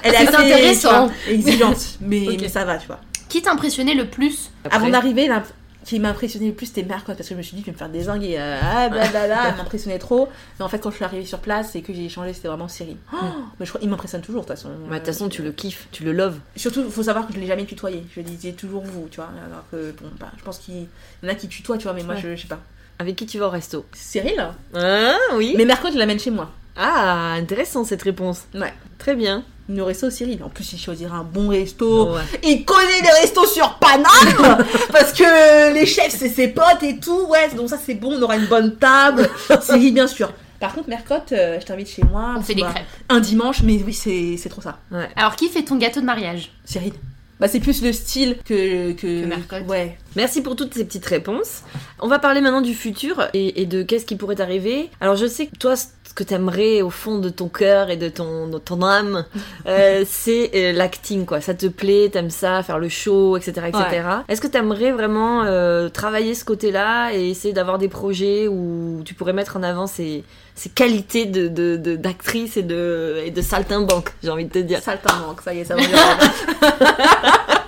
Elle est
C'est
assez,
intéressant.
tu vois, exigeante, mais,
Ok.
mais ça va, tu vois.
Qui t'impressionnait le plus
Après-
Avant d'arriver, là, qui m'a impressionné le plus, c'était Mercotte, parce que je me suis dit, je vais me faire désinguer. euh, ah, blablabla, elle m'impressionnait trop. Mais en fait, quand je suis arrivée sur place et que j'ai échangé, c'était vraiment Cyril. Oh, mais je crois, il m'impressionne toujours, de toute façon. Euh,
Bah, De toute façon, tu le kiffes, tu le loves.
Surtout, il faut savoir que je l'ai jamais tutoyé. Je disais toujours vous, tu vois. Alors que, bon, bah, je pense qu'il y en a qui tutoient, tu vois, mais moi,
Ouais.
je, je sais pas.
Avec qui tu vas au resto
Cyril
Hein Oui.
Mais Mercotte, je l'amène chez moi.
Ah, intéressant cette réponse.
Ouais.
Très bien.
Nos restos, Cyril. En plus, il choisira un bon resto.
Ouais.
Il connaît les restos sur Paname parce que les chefs c'est ses potes et tout. Ouais, donc ça c'est bon, on aura une bonne table. Cyril bien sûr. Par contre, Mercotte, euh, je t'invite chez
Ah,
moi.
On fait
tu
des
bah.
vois,
crêpes.
Un dimanche, mais oui, c'est c'est trop ça.
Alors, qui fait ton gâteau de mariage
Cyril. Bah, c'est plus le style que. Que,
Euh,
Que Mercotte.
Ouais.
Merci pour toutes ces petites réponses. On va parler maintenant du futur et, et de qu'est-ce qui pourrait arriver. Alors je sais que toi, ce que t'aimerais au fond de ton cœur et de ton, de ton âme, euh, c'est euh, l'acting, quoi. Ça te plaît, t'aimes ça, faire le show, etc. etc. Est-ce que t'aimerais vraiment euh, travailler ce côté-là et essayer d'avoir des projets où tu pourrais mettre en avant ces, ces qualités de, de- de- d'actrice et de, et de saltimbanque, j'ai envie de te dire.
Saltimbanque, ça y est, ça va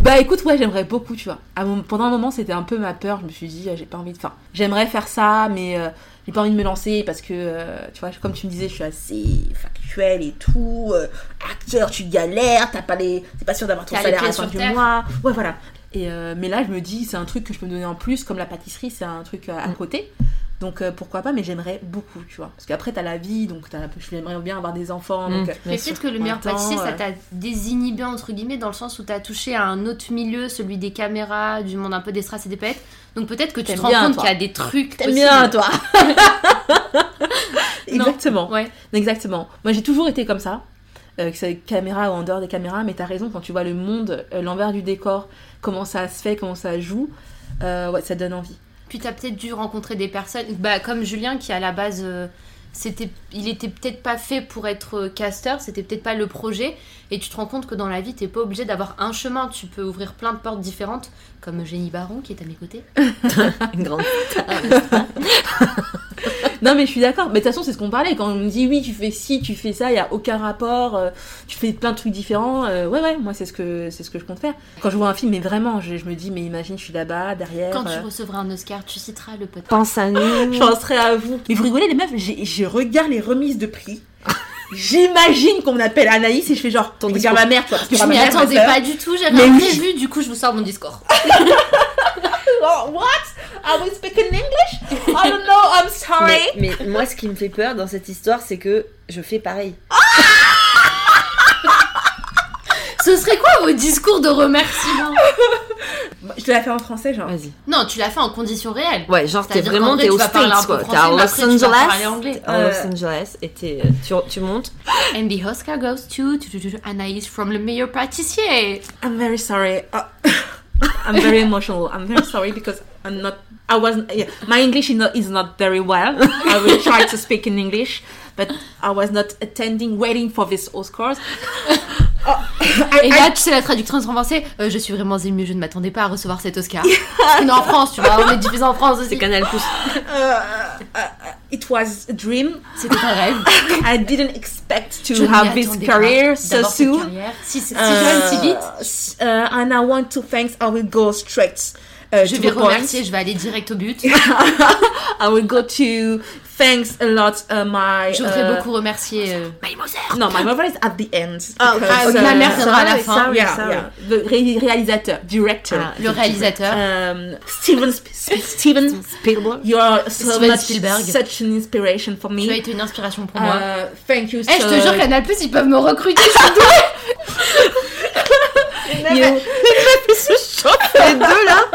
Bah écoute, ouais, j'aimerais beaucoup, tu vois. À mon- Pendant un moment, c'était un peu ma peur. Je me suis dit, euh, j'ai pas envie de. Enfin, j'aimerais faire ça, mais euh, j'ai pas envie de me lancer parce que, euh, tu vois, comme tu me disais, je suis assez factuelle et tout. euh, acteur, tu galères, t'as pas les. T'es pas sûr d'avoir ton
T'as les
salaire à
pieds
la fin
sur
du
terre.
mois. Ouais, voilà. Et euh, mais là, je me dis, c'est un truc que je peux me donner en plus, comme la pâtisserie, c'est un truc euh, à
Mm.
côté. Donc euh, pourquoi pas, mais j'aimerais beaucoup, tu vois. Parce qu'après, t'as la vie, donc t'as, je j'aimerais bien avoir des enfants.
Mm.
donc, euh,
Mais
Bien
peut-être
sûr.
que le meilleur
Attends,
pâtissier, ça
euh.
t'a désinhibé, entre guillemets, dans le sens où t'as touché à un autre milieu, celui des caméras, du monde un peu des strass et des paillettes. Donc peut-être que tu
T'aimes
te rends
bien,
compte
toi.
qu'il y a des trucs.
T'aimes
possibles.
bien, toi
Non.
Exactement.
Ouais.
Exactement. Moi, j'ai toujours été comme ça, euh, que c'est caméra ou en dehors des caméras, mais t'as raison, quand tu vois le monde, euh, l'envers du décor, comment ça se fait, comment ça joue, euh, ouais, ça donne envie.
Puis t'as peut-être dû rencontrer des personnes, bah, comme Julien qui à la base, euh, c'était, il était peut-être pas fait pour être euh, casteur, c'était peut-être pas le projet, et tu te rends compte que dans la vie t'es pas obligé d'avoir un chemin, tu peux ouvrir plein de portes différentes, comme Eugénie Baron qui est à mes côtés.
Une grande-
Non, mais je suis d'accord. Mais de toute façon, c'est ce qu'on parlait. Quand on me dit oui, tu fais ci, tu fais ça, il n'y a aucun rapport, euh, tu fais plein de trucs différents. euh, ouais, ouais, moi, c'est ce, que, c'est ce que je compte faire. Quand je vois un film, mais vraiment, je, je me dis, mais imagine, je suis là-bas, derrière.
Quand tu
euh,
recevras un Oscar, tu citeras le podcast.
Pense à nous.
Je penserai à vous. Mmh. Mais vous rigolez les meufs, j'ai- je regarde les remises de prix. J'imagine qu'on appelle Anaïs et je fais genre,
Ton
regarde ma mère, toi. parce qu'il y
Je
aura
m'y
ma mère, ma
attendais
sœur.
pas du tout, j'avais
Mais
un
oui.
prévu, du coup je vous sors mon discours.
Oh, what? I was speaking English? I don't know, I'm sorry.
Mais, mais moi, ce qui me fait peur dans cette histoire, c'est que je fais pareil.
Ce serait quoi vos discours de remerciement
Bah, Je te la fais en français, genre.
Vas-y.
Non, tu l'as fait en conditions réelles.
Ouais, genre, t'es
C'est-à-dire qu'en
vraiment
vrai,
t'es
tu
aux
vas parler un
States,
peu
quoi. T'es
français,
à
mais
Los
après, tu vas
Angeles.
parler anglais.
T'es à
Euh.
Los Angeles et t'es- tu, tu montes.
And the Oscar goes to tu- tu- tu- Anaïs from le meilleur pâtissier.
I'm very sorry. Uh, I'm very emotional. I'm very sorry because I'm not. I wasn't. Yeah, my English is not, is not very well. I will try to speak in English, but I was not attending, waiting for this Oscars. Uh, I-
Et
I-
là, tu sais, la traduction en français, euh, je suis vraiment émue, je ne m'attendais pas à
Euh,
recevoir cet Oscar. Parce qu'on est en France, tu vois, on est diffusé en France aussi.
C'est Canal Plus.
uh, I, It was a dream.
C'était un rêve.
I didn't expect to
Je n'y
have this
attendais
career
pas
so
d'avoir cette
soon.
carrière Si c'est si jeune,
Euh,
si vite,
s- euh, and I want to thanks. I will go straight. uh,
je
to
vais
the point.
remercier, je vais aller direct au but.
I will go to thanks a lot uh, my.
Je voudrais
uh,
beaucoup remercier. euh,
No, my mother is at the end.
Ah,
because,
ok, la mère
uh,
viendra à la
sorry,
fin.
sorry,
yeah,
sorry.
yeah. The ré- réalisateur, director.
Ah,
le réalisateur.
Um, Steven, Sp- Sp- Steven,
Spielberg.
you are so
Steven
much,
Spielberg.
such an inspiration for
Tu as
me.
été une inspiration pour moi.
Uh, thank you
Eh, je
so
te jure, Canal Plus, ils peuvent me recruter, je suis douée
you,
Les deux là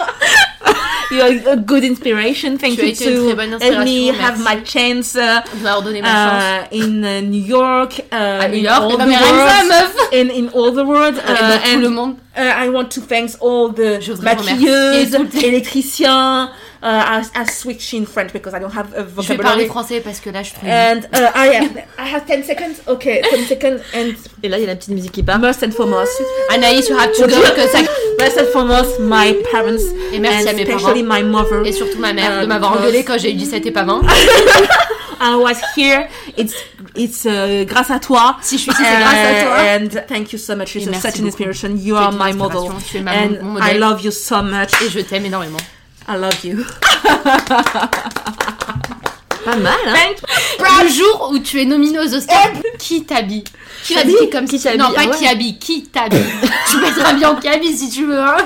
you are a good inspiration. Thank
Tu as
you
été une
to
très bonne
help me
inspiration,
have
merci.
my chance uh,
Tu m'as ordonné ma chance.
uh, in uh, New York, uh,
À New
in
York,
all
eh ben,
the
mais réalise ça,
world,
meuf
and in all the world.
Et
uh,
dans tout
and
le monde.
Uh, I want to thank all the
Je voudrais
maquilleuses,
remercier toutes les-
électriciens. Uh, I, I switch in French because I don't have a
Je vais parler
vocabulary.
français parce que là, je trouve.
And uh, I, am, I have 10 seconds. Okay, 10 seconds. And
Et là, il y a la petite musique qui part.
first and foremost,
Anaïs, you have to go, que ça-
first and foremost, my parents,
Et merci à
and
mes
especially
parents.
my mother.
Et surtout ma mère de
Euh,
m'avoir
because-
engueulée quand j'ai eu 17 et pas 20.
I was here. It's it's uh, grâce à toi.
Si je suis ici, c'est grâce à toi.
Uh, And thank you so much.
Et
You're
merci
such an
beaucoup.
inspiration.
Tu
You
es
are
une
my
inspiration,
model.
tu es ma-
And
mon
I
modèle.
love you so much.
Et je t'aime énormément.
I love you.
Pas mal, hein
Le jour où tu es nominé aux Oscars, qui t'habille Qui
t'habille
t'habille comme
Qui
si-
t'habille,
Non, pas
ah ouais.
qui habille, qui t'habille. tu peux être habillé en Camille si tu veux. hein.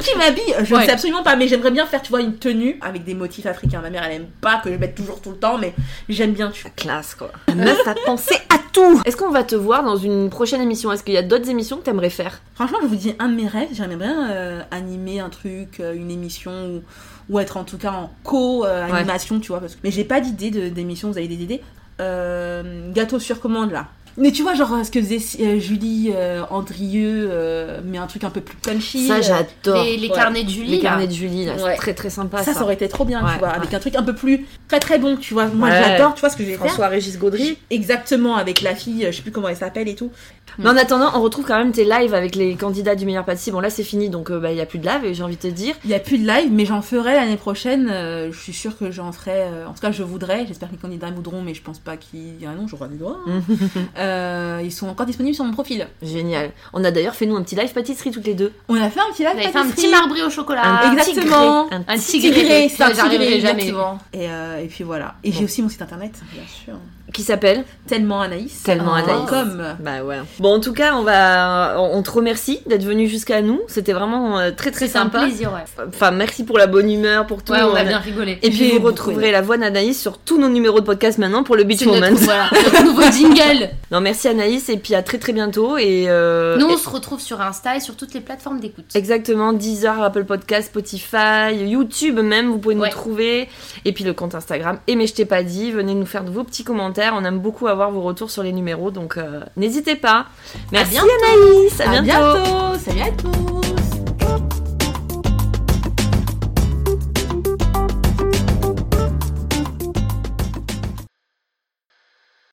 Qui m'habille Je
Ouais.
ne sais absolument pas, mais j'aimerais bien faire, tu vois, une tenue avec des motifs africains. Ma mère, elle aime pas que je mette toujours tout le temps, mais j'aime bien. Tu...
Classe quoi. La meuf a pensé à tout. Est-ce qu'on va te voir dans une prochaine émission Est-ce qu'il y a d'autres émissions que t'aimerais faire
Franchement, je vous dis un de mes rêves. J'aimerais bien euh, animer un truc, euh, une émission ou, ou être en tout cas en co-animation, tu vois. Parce que... Mais j'ai pas d'idée de- d'émission. Vous avez des idées Euh, Gâteau sur commande là. Mais tu vois, genre euh, ce que faisait euh, Julie euh, Andrieux, euh, mais un truc un peu plus punchy.
Ça,
euh,
j'adore.
Les, les
Ouais.
carnets de Julie,
Les
là.
carnets de Julie, là, c'est
Ouais.
très très sympa.
ça,
Ça,
ça aurait été trop bien,
Ouais,
tu vois,
ouais.
avec un truc un peu plus très très bon, tu vois. Moi,
Ouais.
j'adore, tu vois ce que je vais faire.
François-Régis Gaudry.
Exactement, avec la fille, euh, je sais plus comment elle s'appelle et tout.
Mm.
Mais en attendant, on retrouve quand même tes lives avec les candidats du meilleur pâtissier. Bon, là, c'est fini, donc euh, bah, il y a plus de live, et j'ai envie de te dire.
Il y a plus de live, mais j'en ferai l'année prochaine. euh, je suis sûre que j'en ferai. euh, en tout cas, je voudrais. J'espère que les candidats voudront, mais je pense pas qu'il y en a un nom, j'aurai des doigts. Euh, ils sont encore disponibles sur mon profil.
Génial. On a d'ailleurs fait nous un petit live pâtisserie toutes les deux.
On a fait un petit live.
J'avais fait un petit
pâtisserie.
marbré au chocolat.
Un petit
Exactement.
gré, un
Un
Petit
tigré,
gré, c'est un petit
j'arriverai
gré,
jamais.
exactement. Et, euh, et puis voilà. Et j'ai
Bon.
aussi mon site internet, bien sûr.
Qui s'appelle
Tellement Anaïs.
Tellement
Ah.
point
Anaïs.
com.
Bah ouais. Bon, en tout cas, on va, on on te remercie d'être venu jusqu'à nous. C'était vraiment euh, très très
C'est un
sympa.
plaisir, ouais.
Enfin, merci pour la bonne humeur, pour tout.
Ouais, on
On a-
a bien rigolé.
Et puis
J'ai
vous
beaucoup
retrouverez la voix d'Anaïs sur tous nos numéros de podcast maintenant pour le Beach
C'est notre,
Moment.
voilà, notre nouveau jingle.
Non, merci Anaïs et puis à très très bientôt et euh,
Nous,
et-
on se retrouve sur Insta et sur toutes les plateformes d'écoute.
Exactement, Deezer, Apple Podcast, Spotify, YouTube même, vous pouvez nous
Ouais.
trouver. Et puis le compte Instagram, et mais je t'ai pas dit, venez nous faire de vos petits commentaires, on aime beaucoup avoir vos retours sur les numéros, donc euh, n'hésitez pas. Merci
bientôt.
Anaïs, à
À
bientôt.
bientôt. Salut à tous.